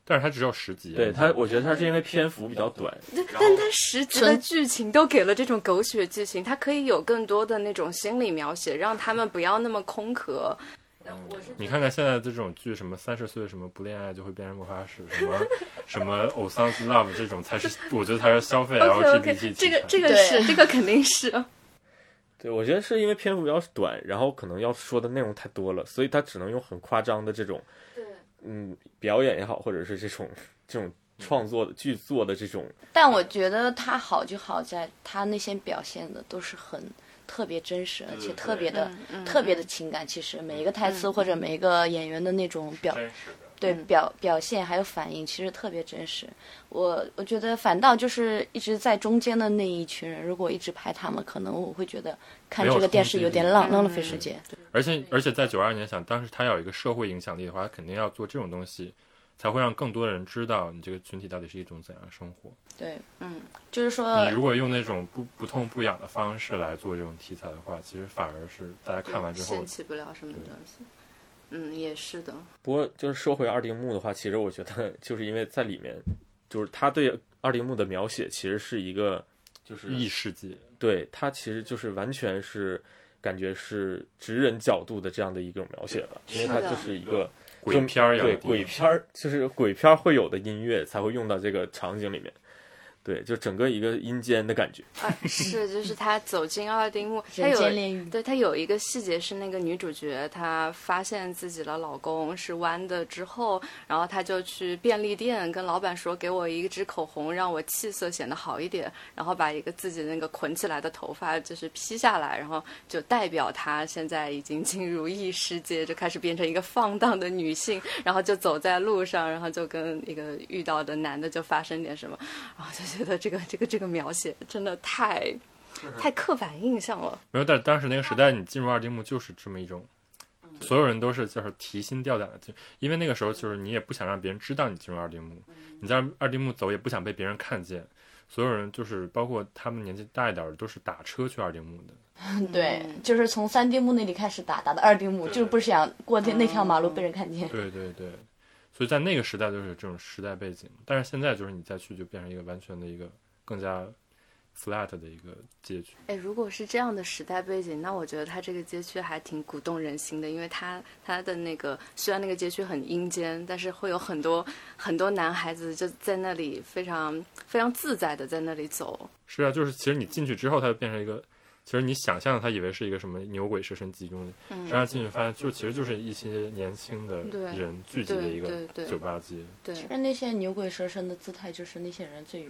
但是它只有十集。啊
对他，我觉得他是因为篇幅比较短，
但它十集的剧情都给了这种狗血剧情，它可以有更多的那种心理描写，让他们不要那么空壳。
你看看现在这种剧，什么三十岁什么不恋爱就会变成魔法师，什么什么偶像 love 这种才是，我觉得才是消 费
OK
LGBT
OK，
题材。
这个这个
对
是这个肯定是。
对，我觉得是因为篇幅比较短，然后可能要说的内容太多了，所以他只能用很夸张的这种，嗯，表演也好，或者是这种这种创作的剧作的这种，
但我觉得他好就好在他那些表现的都是很特别真实，而
嗯
且特别的、特别的情感。其实每一个台词
嗯
或者每一个演员的那种表、
真实的。
对表表现还有反应，其实特别真实。我我觉得反倒就是一直在中间的那一群人，如果一直拍他们，可能我会觉得看
没有
这个电
冲
视
击
有
力嗯
点浪浪费时间。
而且而且在九二年想，当时他要有一个社会影响力的话，他肯定要做这种东西，才会让更多人知道你这个群体到底是一种怎样的生活。
对，
嗯，
就是说
你如果用那种不不痛不痒的方式来做这种题材的话，其实反而是大家看完之后
掀，起不了什么东西。嗯，也是的。
不过就是说回二丁目的话，其实我觉得就是因为在里面，就是他对二丁目的描写其实是一个，就是
异世界
对他其实就是完全是感觉是直人角度的这样的一种描写吧，因为他
是的
就是一个
鬼片儿一样的
对
地方
鬼片儿就是鬼片儿会有的音乐才会用到这个场景里面，对，就整个一个阴间的感觉，
啊，是，就是他走进奥丁目，他
人间
有
炼狱，
对他有一个细节是那个女主角她发现自己的老公是弯的之后，然后她就去便利店跟老板说给我一支口红，让我气色显得好一点，然后把一个自己那个捆起来的头发就是披下来，然后就代表她现在已经进入异世界，就开始变成一个放荡的女性，然后就走在路上，然后就跟一个遇到的男的就发生点什么，然啊后就觉得这个这个这个描写真的太太刻板印象了。
没有。但是当时那个时代，你进入二丁目就是这么一种，
嗯
所有人都是就是提心吊胆的进，因为那个时候就是你也不想让别人知道你进入二丁目，
嗯
你在二丁目走也不想被别人看见。所有人就是包括他们年纪大一点的，都是打车去二丁目的。
对，
嗯
就是从三丁目那里开始打，打到二丁目，就是不想过那那条马路被人看见。
哦对对对，所以在那个时代就是有这种时代背景，但是现在就是你再去就变成一个完全的一个更加 flat 的一个结局。
哎，如果是这样的时代背景，那我觉得它这个街区还挺鼓动人心的，因为它它的那个虽然那个街区很阴间，但是会有很多很多男孩子就在那里非常非常自在的在那里走。
是啊，就是其实你进去之后，它就变成一个，其实你想象的它以为是一个什么牛鬼蛇神集中的，实际上进去发现就其实就是一些年轻的
嗯对
人聚集的一
对
个
对对
酒吧街。
对，
其实那些牛鬼蛇神的姿态，就是那些人最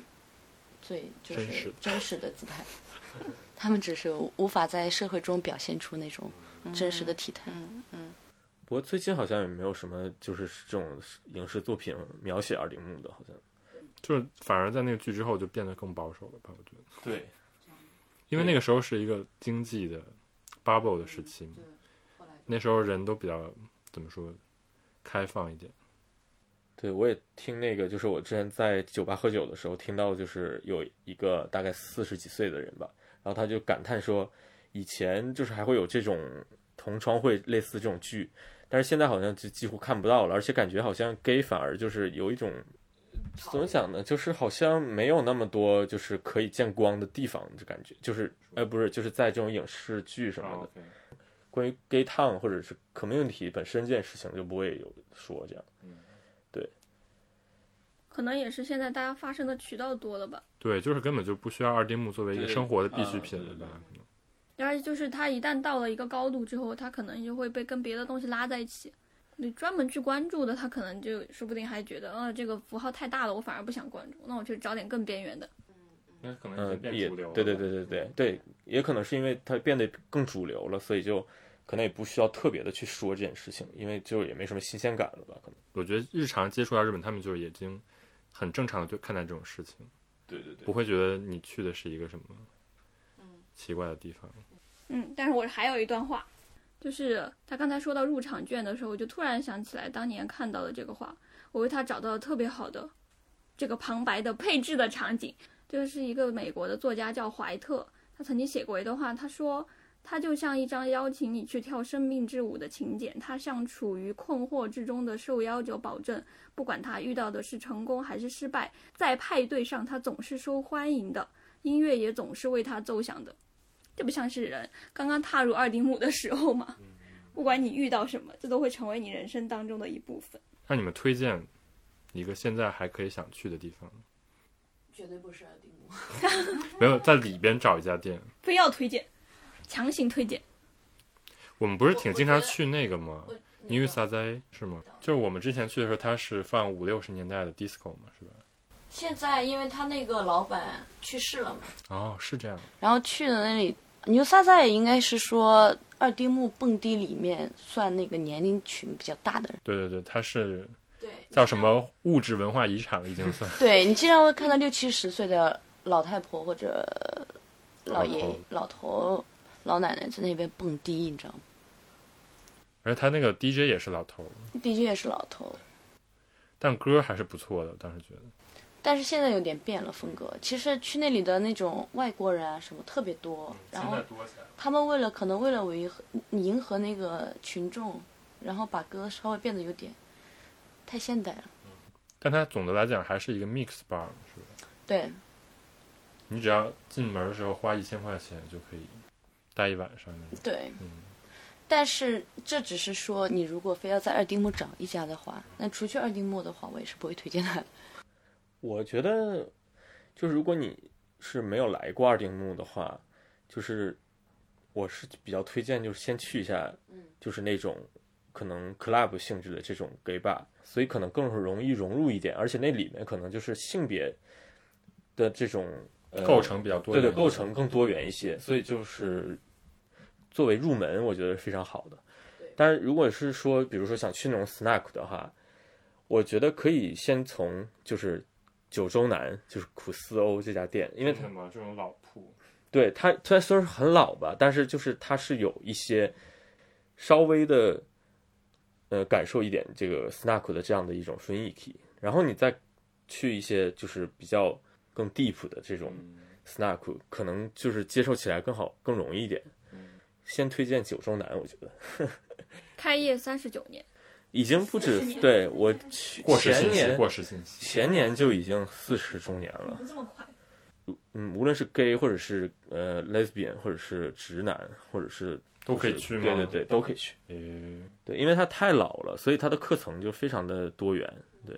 最就是
真实
真实的姿态， 他们只是无法在社会中表现出那种
嗯
真实的体态。
不过最近好像也没有什么就是这种影视作品描写二丁目的，好像
就是反而在那个剧之后就变得更保守了吧，我觉得，
对。
嗯
因为那个时候是一个经济的 bubble 的时期嘛，那时候人都比较怎么说，开放一点。
对，我也听那个，就是我之前在酒吧喝酒的时候听到，就是有一个大概四十几岁的人吧，然后他就感叹说，以前就是还会有这种同窗会类似这种剧，但是现在好像就几乎看不到了，而且感觉好像 gay 反而就是有一种怎么讲呢，就是好像没有那么多就是可以见光的地方，就感觉就是呃不是，就是在这种影视剧什么
哦
的，关于 gay town 或者是 community 本身这件事情就不会有说这样。
可能也是现在大家发声的渠道多了吧。
对，就是根本就不需要二丁目作为一个
对
生活的必需
啊
品了
对
吧？可能
而且就是它一旦到了一个高度之后，它可能就会被跟别的东西拉在一起。你专门去关注的，他可能就说不定还觉得，呃，这个符号太大了，我反而不想关注，那我去找点更边缘的。
那可能已经，
嗯
变
也
主流了。
对对对对对对，也可能是因为它变得更主流了，所以就可能也不需要特别的去说这件事情，因为就也没什么新鲜感了吧？可能。
我觉得日常接触到日本，他们就是已经很正常的就看待这种事情，
对对对
不会觉得你去的是一个什么奇怪的地方。
嗯，但是我还有一段话，就是他刚才说到入场券的时候，我就突然想起来当年看到的这个话，我为他找到了特别好的这个旁白的配置的场景。这是一个美国的作家叫怀特，他曾经写过一段话，他说：“它就像一张邀请你去跳生命之舞的请柬，它向处于困惑之中的受邀者保证，不管他遇到的是成功还是失败，在派对上他总是受欢迎的，音乐也总是为他奏响的。”这不像是人，刚刚踏入二丁目的时候嘛，不管你遇到什么，这都会成为你人生当中的一部分。
让你们推荐一个现在还可以想去的地方，
绝对不是二丁目。
没有在里边找一家店。
非要推荐，强行推荐，
我们不是挺经
我
常
觉得
去那个吗？
我
尼日萨哉是吗？就是我们之前去的时候，它是放五六十年代的 disco 嘛，是吧？
现在因为他那个老板去世了嘛，
哦，是这样。
然后去的那里，牛萨萨也应该是说二丁目蹦迪里面算那个年龄群比较大的人。
对对对，它是
对，
叫什么物质文化遗产了，已经算。
对你经常会看到六七十岁的老太婆或者老爷
老头、
老头、老奶奶在那边蹦迪，你知道吗
而且它那个 DJ 也是老头儿，
？DJ 也是老头，
但歌还是不错的，当时觉得。
但是现在有点变了风格。其实去那里的那种外国人啊什么特别多，然后
多起来了。
他们为了可能为了维和迎合那个群众，然后把歌稍微变得有点太现代了。
但它总的来讲还是一个 mix bar，是吧？
对，
你只要进门的时候花一千块钱就可以待一晚上那种。
对，
嗯
但是这只是说，你如果非要在二丁目找一家的话，那除去二丁目的话，我也是不会推荐他的。
我觉得，就是如果你是没有来过二丁目的话，就是我是比较推荐，就是先去一下，就是那种可能 club 性质的这种 gay bar，所以可能更容易融入一点，而且那里面可能就是性别的这种、呃、
构成比较多
对
元
对，构成更多元一些，所以就是作为入门，我觉得是非常好的。但是如果是说，比如说想去那种 snack 的话，我觉得可以先从就是九州南，就是苦思欧这家店，因为它
么这种老铺？
对它虽然虽然很老吧，但是就是它是有一些稍微的呃感受一点这个 snack 的这样的一种雰囲気，然后你再去一些就是比较更 deep 的这种 snack，可能就是接受起来更好更容易一点。先推荐九州南，我觉得
开业三十九年，
已经不止对我去
过时
前
信息，
年
过时信息。
前年就已经四十周年了。
这么快，
嗯，无论是 gay 或者是呃 lesbian 或者是直男，或者是
都可以去吗
对对对，都可以去。
诶，
对，因为它太老了，所以它的课程就非常的多元。对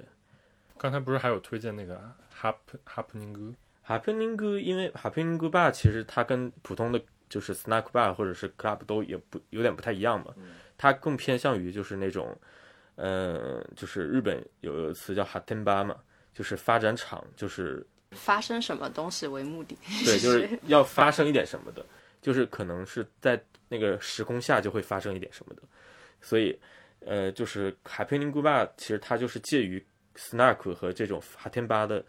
刚才不是还有推荐那个 Hap Happening Good？
，Happening Good，因为 Happening Good Bar 其实它跟普通的就是 snack bar 或者是 club 都也不有点不太一样
嗯
嘛，它更偏向于就是那种，呃，就是日本有有个词叫 haten bar 嘛，就是发展场，就是
发生什么东西为目的？
对， 就是要发生一点什么的，就是可能是在那个时空下就会发生一点什么的，所以，呃，就是《Happening Good Bar》其实它就是介于 Snack 和这种哈天吧的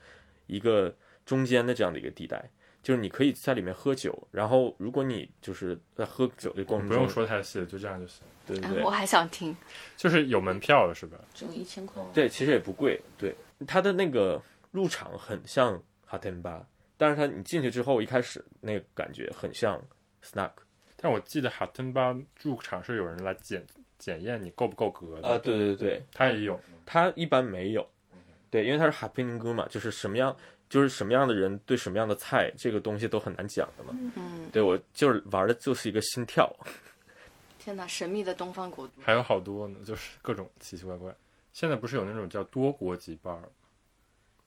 一个中间的这样的一个地带，就是你可以在里面喝酒，然后如果你就是在喝酒的过程中，
不用，说太细了，就这样就行。
对对
哎
对
我，还想听，
就是有门票了是吧？
只有一千块。
对，其实也不贵，对，它的那个入场很像哈天吧，但是它你进去之后一开始那个感觉很像 snack
但我记得哈登巴入场是有人来检检验你够不够格的，
啊，对对对，
他也有，
它一般没有，对，因为它是 happening good 嘛，就是什么样，就是什么样的人对什么样的菜，这个东西都很难讲的嘛。
嗯，
对我就是玩的就是一个心跳，
天哪，神秘的东方国度，
还有好多呢，就是各种奇奇怪怪。现在不是有那种叫多国籍班儿，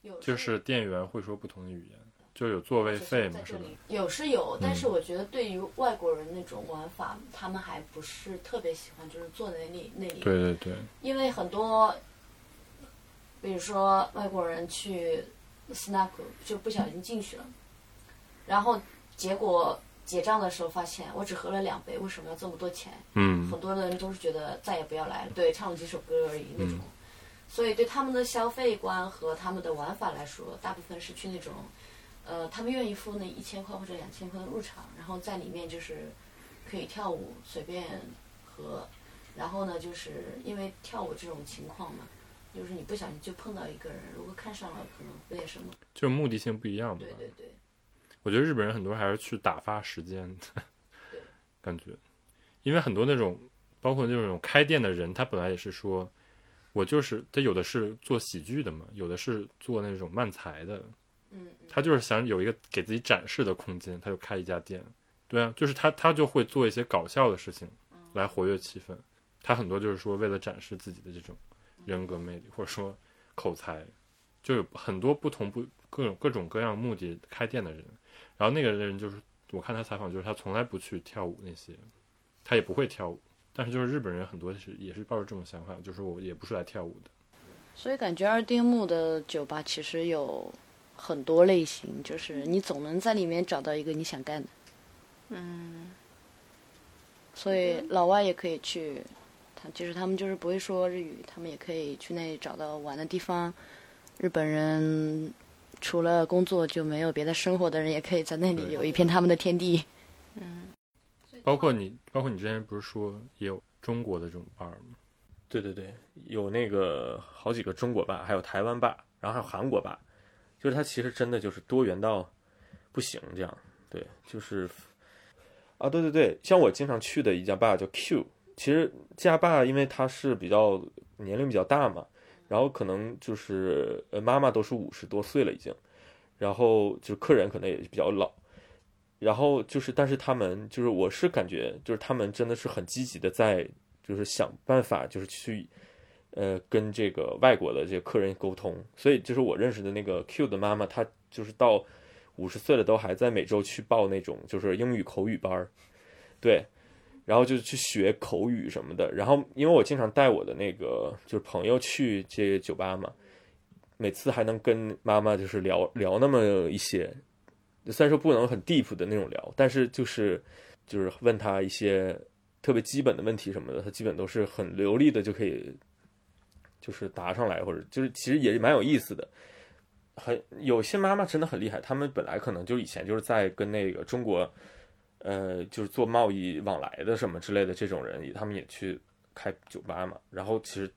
有
就是店员会说不同的语言，就有座位费嘛，
在
是
这
吧？
里有是有，但是我觉得对于外国人那种玩法，他们还不是特别喜欢，就是坐在那里那里，
对对对，
因为很多，比如说外国人去 snack 就不小心进去了，然后结果结账的时候发现我只喝了两杯，为什么要这么多钱？
嗯，
很多人都是觉得再也不要来了，对，唱了几首歌而已那种。所以对他们的消费观和他们的玩法来说，大部分是去那种，呃，他们愿意付那一千块或者两千块的入场，然后在里面就是可以跳舞，随便和，然后呢，就是因为跳舞这种情况嘛，就是你不小心就碰到一个人，如果看上了，可能不也什么？
就目的性不一样嘛
对。对对，
我觉得日本人很多还是去打发时间的
对
感觉，因为很多那种包括那种开店的人，他本来也是说，我就是他有的是做喜剧的嘛，有的是做那种漫才的，
嗯嗯，
他就是想有一个给自己展示的空间，他就开一家店。对啊，就是他他就会做一些搞笑的事情
嗯
来活跃气氛。他很多就是说为了展示自己的这种人格魅力，或者说口才，就有很多不同不各种各种各样目的开店的人。然后那个人就是我看他采访，就是他从来不去跳舞那些，他也不会跳舞。但是就是日本人很多是也是抱着这种想法，就是我也不是来跳舞的。
所以感觉二丁目的酒吧其实有很多类型，就是你总能在里面找到一个你想干的。
嗯，
所以老外也可以去，他就是他们就是不会说日语，他们也可以去那里找到玩的地方。日本人除了工作就没有别的生活的人，也可以在那里
对
有一片他们的天地。
包括你，包括你之前不是说也有中国的这种 bar 吗？
对对对，有那个好几个中国吧，还有台湾吧，然后还有韩国吧，就是它其实真的就是多元到不行这样。对，就是啊，对对对，像我经常去的一家吧叫 Q，其实这家吧因为它是比较年龄比较大嘛，然后可能就是呃妈妈都是五十多岁了已经，然后就是客人可能也比较老。然后就是，但是他们就是，我是感觉就是他们真的是很积极的在就是想办法，就是去，呃，跟这个外国的这些客人沟通。所以就是我认识的那个 Q 的妈妈，她就是到五十岁了都还在每周去报那种就是英语口语班儿，对，然后就去学口语什么的。然后因为我经常带我的那个就是朋友去这个酒吧嘛，每次还能跟妈妈就是聊聊那么一些，虽然说不能很 deep 的那种聊，但是就是就是问她一些特别基本的问题什么的，他基本都是很流利的就可以，就是答上来，或者就是其实也蛮有意思的。很有些妈妈真的很厉害，他们本来可能就以前就是在跟那个中国，呃，就是做贸易往来的什么之类的这种人，也他们也去开酒吧嘛。然后其实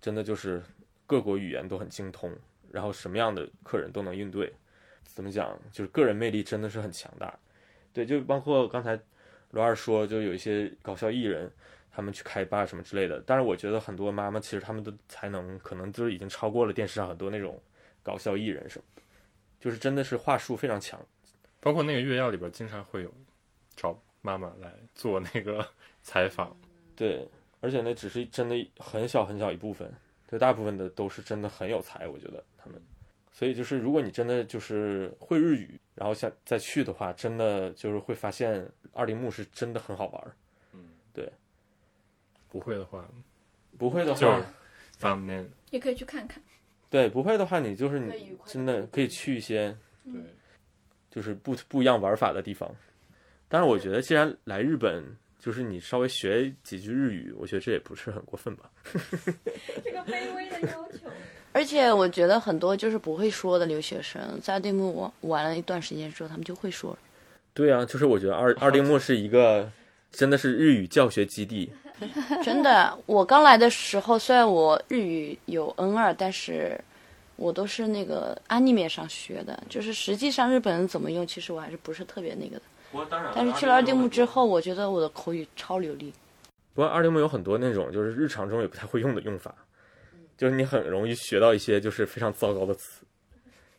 真的就是各国语言都很精通，然后什么样的客人都能应对。怎么讲，就是个人魅力真的是很强大。对，就包括刚才罗二说，就有一些搞笑艺人，他们去开吧什么之类的。但是我觉得很多妈妈其实他们的才能可能就是已经超过了电视上很多那种搞笑艺人什么的，就是真的是话术非常强。
包括那个月曜里边经常会有找妈妈来做那个采访，
对，而且那只是真的很小很小一部分，对，大部分的都是真的很有才，我觉得他们。所以就是，如果你真的就是会日语，然后想再去的话，真的就是会发现二丁目是真的很好玩儿。
不会的话
不会的话，
就是咱们
也可以去看看。
对，不会的话，你就是
可以愉
你
快地
真的可以去一些
那对
就是不不一样玩法的地方。但是我觉得，既然来日本，就是你稍微学几句日语，我觉得这也不是很过分吧。
这个卑微的要求，
而且我觉得很多就是不会说的留学生，在对幕玩玩了一段时间之后，他们就会说了。
对啊，就是我觉得二二丁目是一个真的是日语教学基地，
真的，我刚来的时候，虽然我日语有 N 二，但是我都是那个 anime 上学的，就是实际上日本人怎么用，其实我还是 不是特别那个的。
嗯
但是去了二丁目之后，我觉得我的口语超流利。
不过二丁目有很多那种就是日常中也不太会用的用法，
嗯
就是你很容易学到一些就是非常糟糕的词。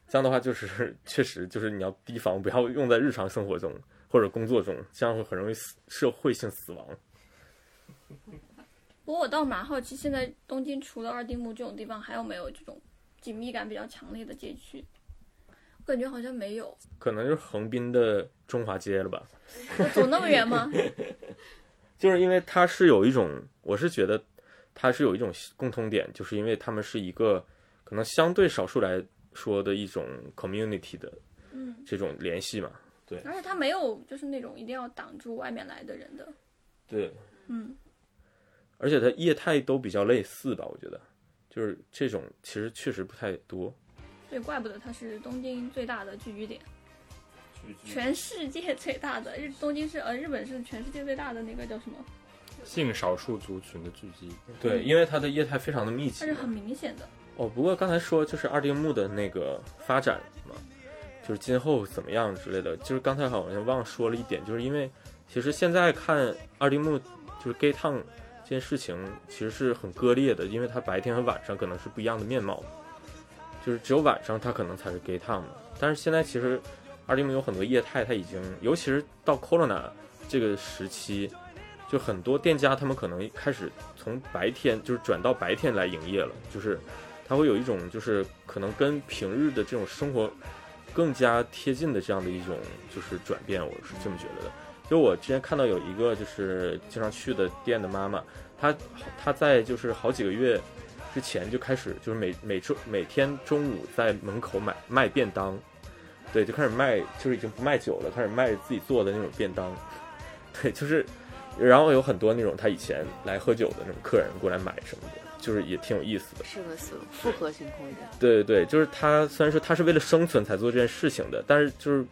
这样的话，就是 确实就是你要提防不要用在日常生活中或者工作中，这样会很容易死社会性死亡。
不过我倒蛮好奇，现在东京除了二丁目这种地方，还有没有这种紧密感比较强烈的街区？我感觉好像没有，
可能就是横滨的中华街了吧，
我走那么远吗？
就是因为它是有一种，我是觉得它是有一种共通点，就是因为他们是一个可能相对少数来说的一种 community 的
嗯，
这种联系嘛。
而且它没有就是那种一定要挡住外面来的人的，
对，
嗯，
而且它业态都比较类似吧，我觉得，就是这种其实确实不太多。
所以怪不得它是东京最大的聚居点，
嗯
去
全世界最大的日东京是呃日本是全世界最大的那个叫什么？
性少数族群的聚集，
对，因为它的业态非常的密
它
集
是。很明显的，
哦，不过刚才说就是二丁目的那个发展嘛，就是今后怎么样之类的，就是刚才好像忘说了一点，就是因为其实现在看二丁目就是 gay town 这件事情其实是很割裂的，因为它白天和晚上可能是不一样的面貌，就是只有晚上它可能才是 gay town 嘛。但是现在其实二丁目有很多业态，它已经尤其是到 corona 这个时期，就很多店家他们可能开始从白天就是转到白天来营业了，就是。它会有一种就是可能跟平日的这种生活更加贴近的这样的一种就是转变，我是这么觉得的。就我之前看到有一个就是经常去的店的妈妈，她她在就是好几个月之前就开始就是每每周每天中午在门口买卖便当，对，就开始卖就是已经不卖酒了，开始卖自己做的那种便当， 对，就是然后有很多那种她以前来喝酒的那种客人过来买什么的，就是也挺有意思的。
是个死复合型空间。
对对对，就是他虽然说他是为了生存才做这件事情的，但是就是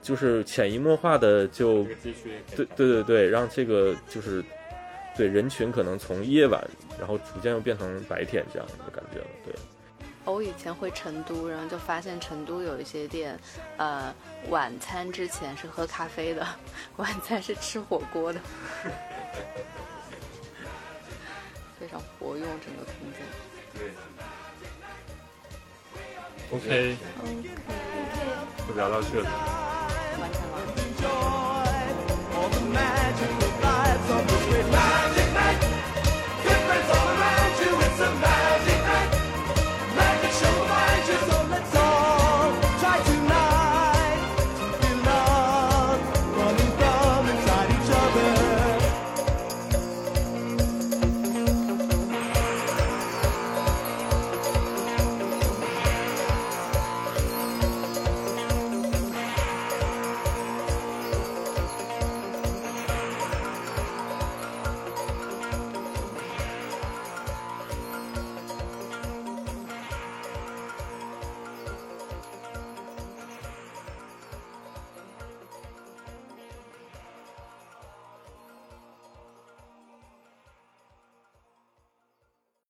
就是潜移默化的就
这个街区也可以
对
看
对对对，让这个就是对人群可能从夜晚，然后逐渐又变成白天这样的感觉了。对，
我以前回成都，然后就发现成都有一些店，呃，晚餐之前是喝咖 啡的，晚餐是吃火锅 的，非常活用整个空间。
嗯 OK，就聊到这里。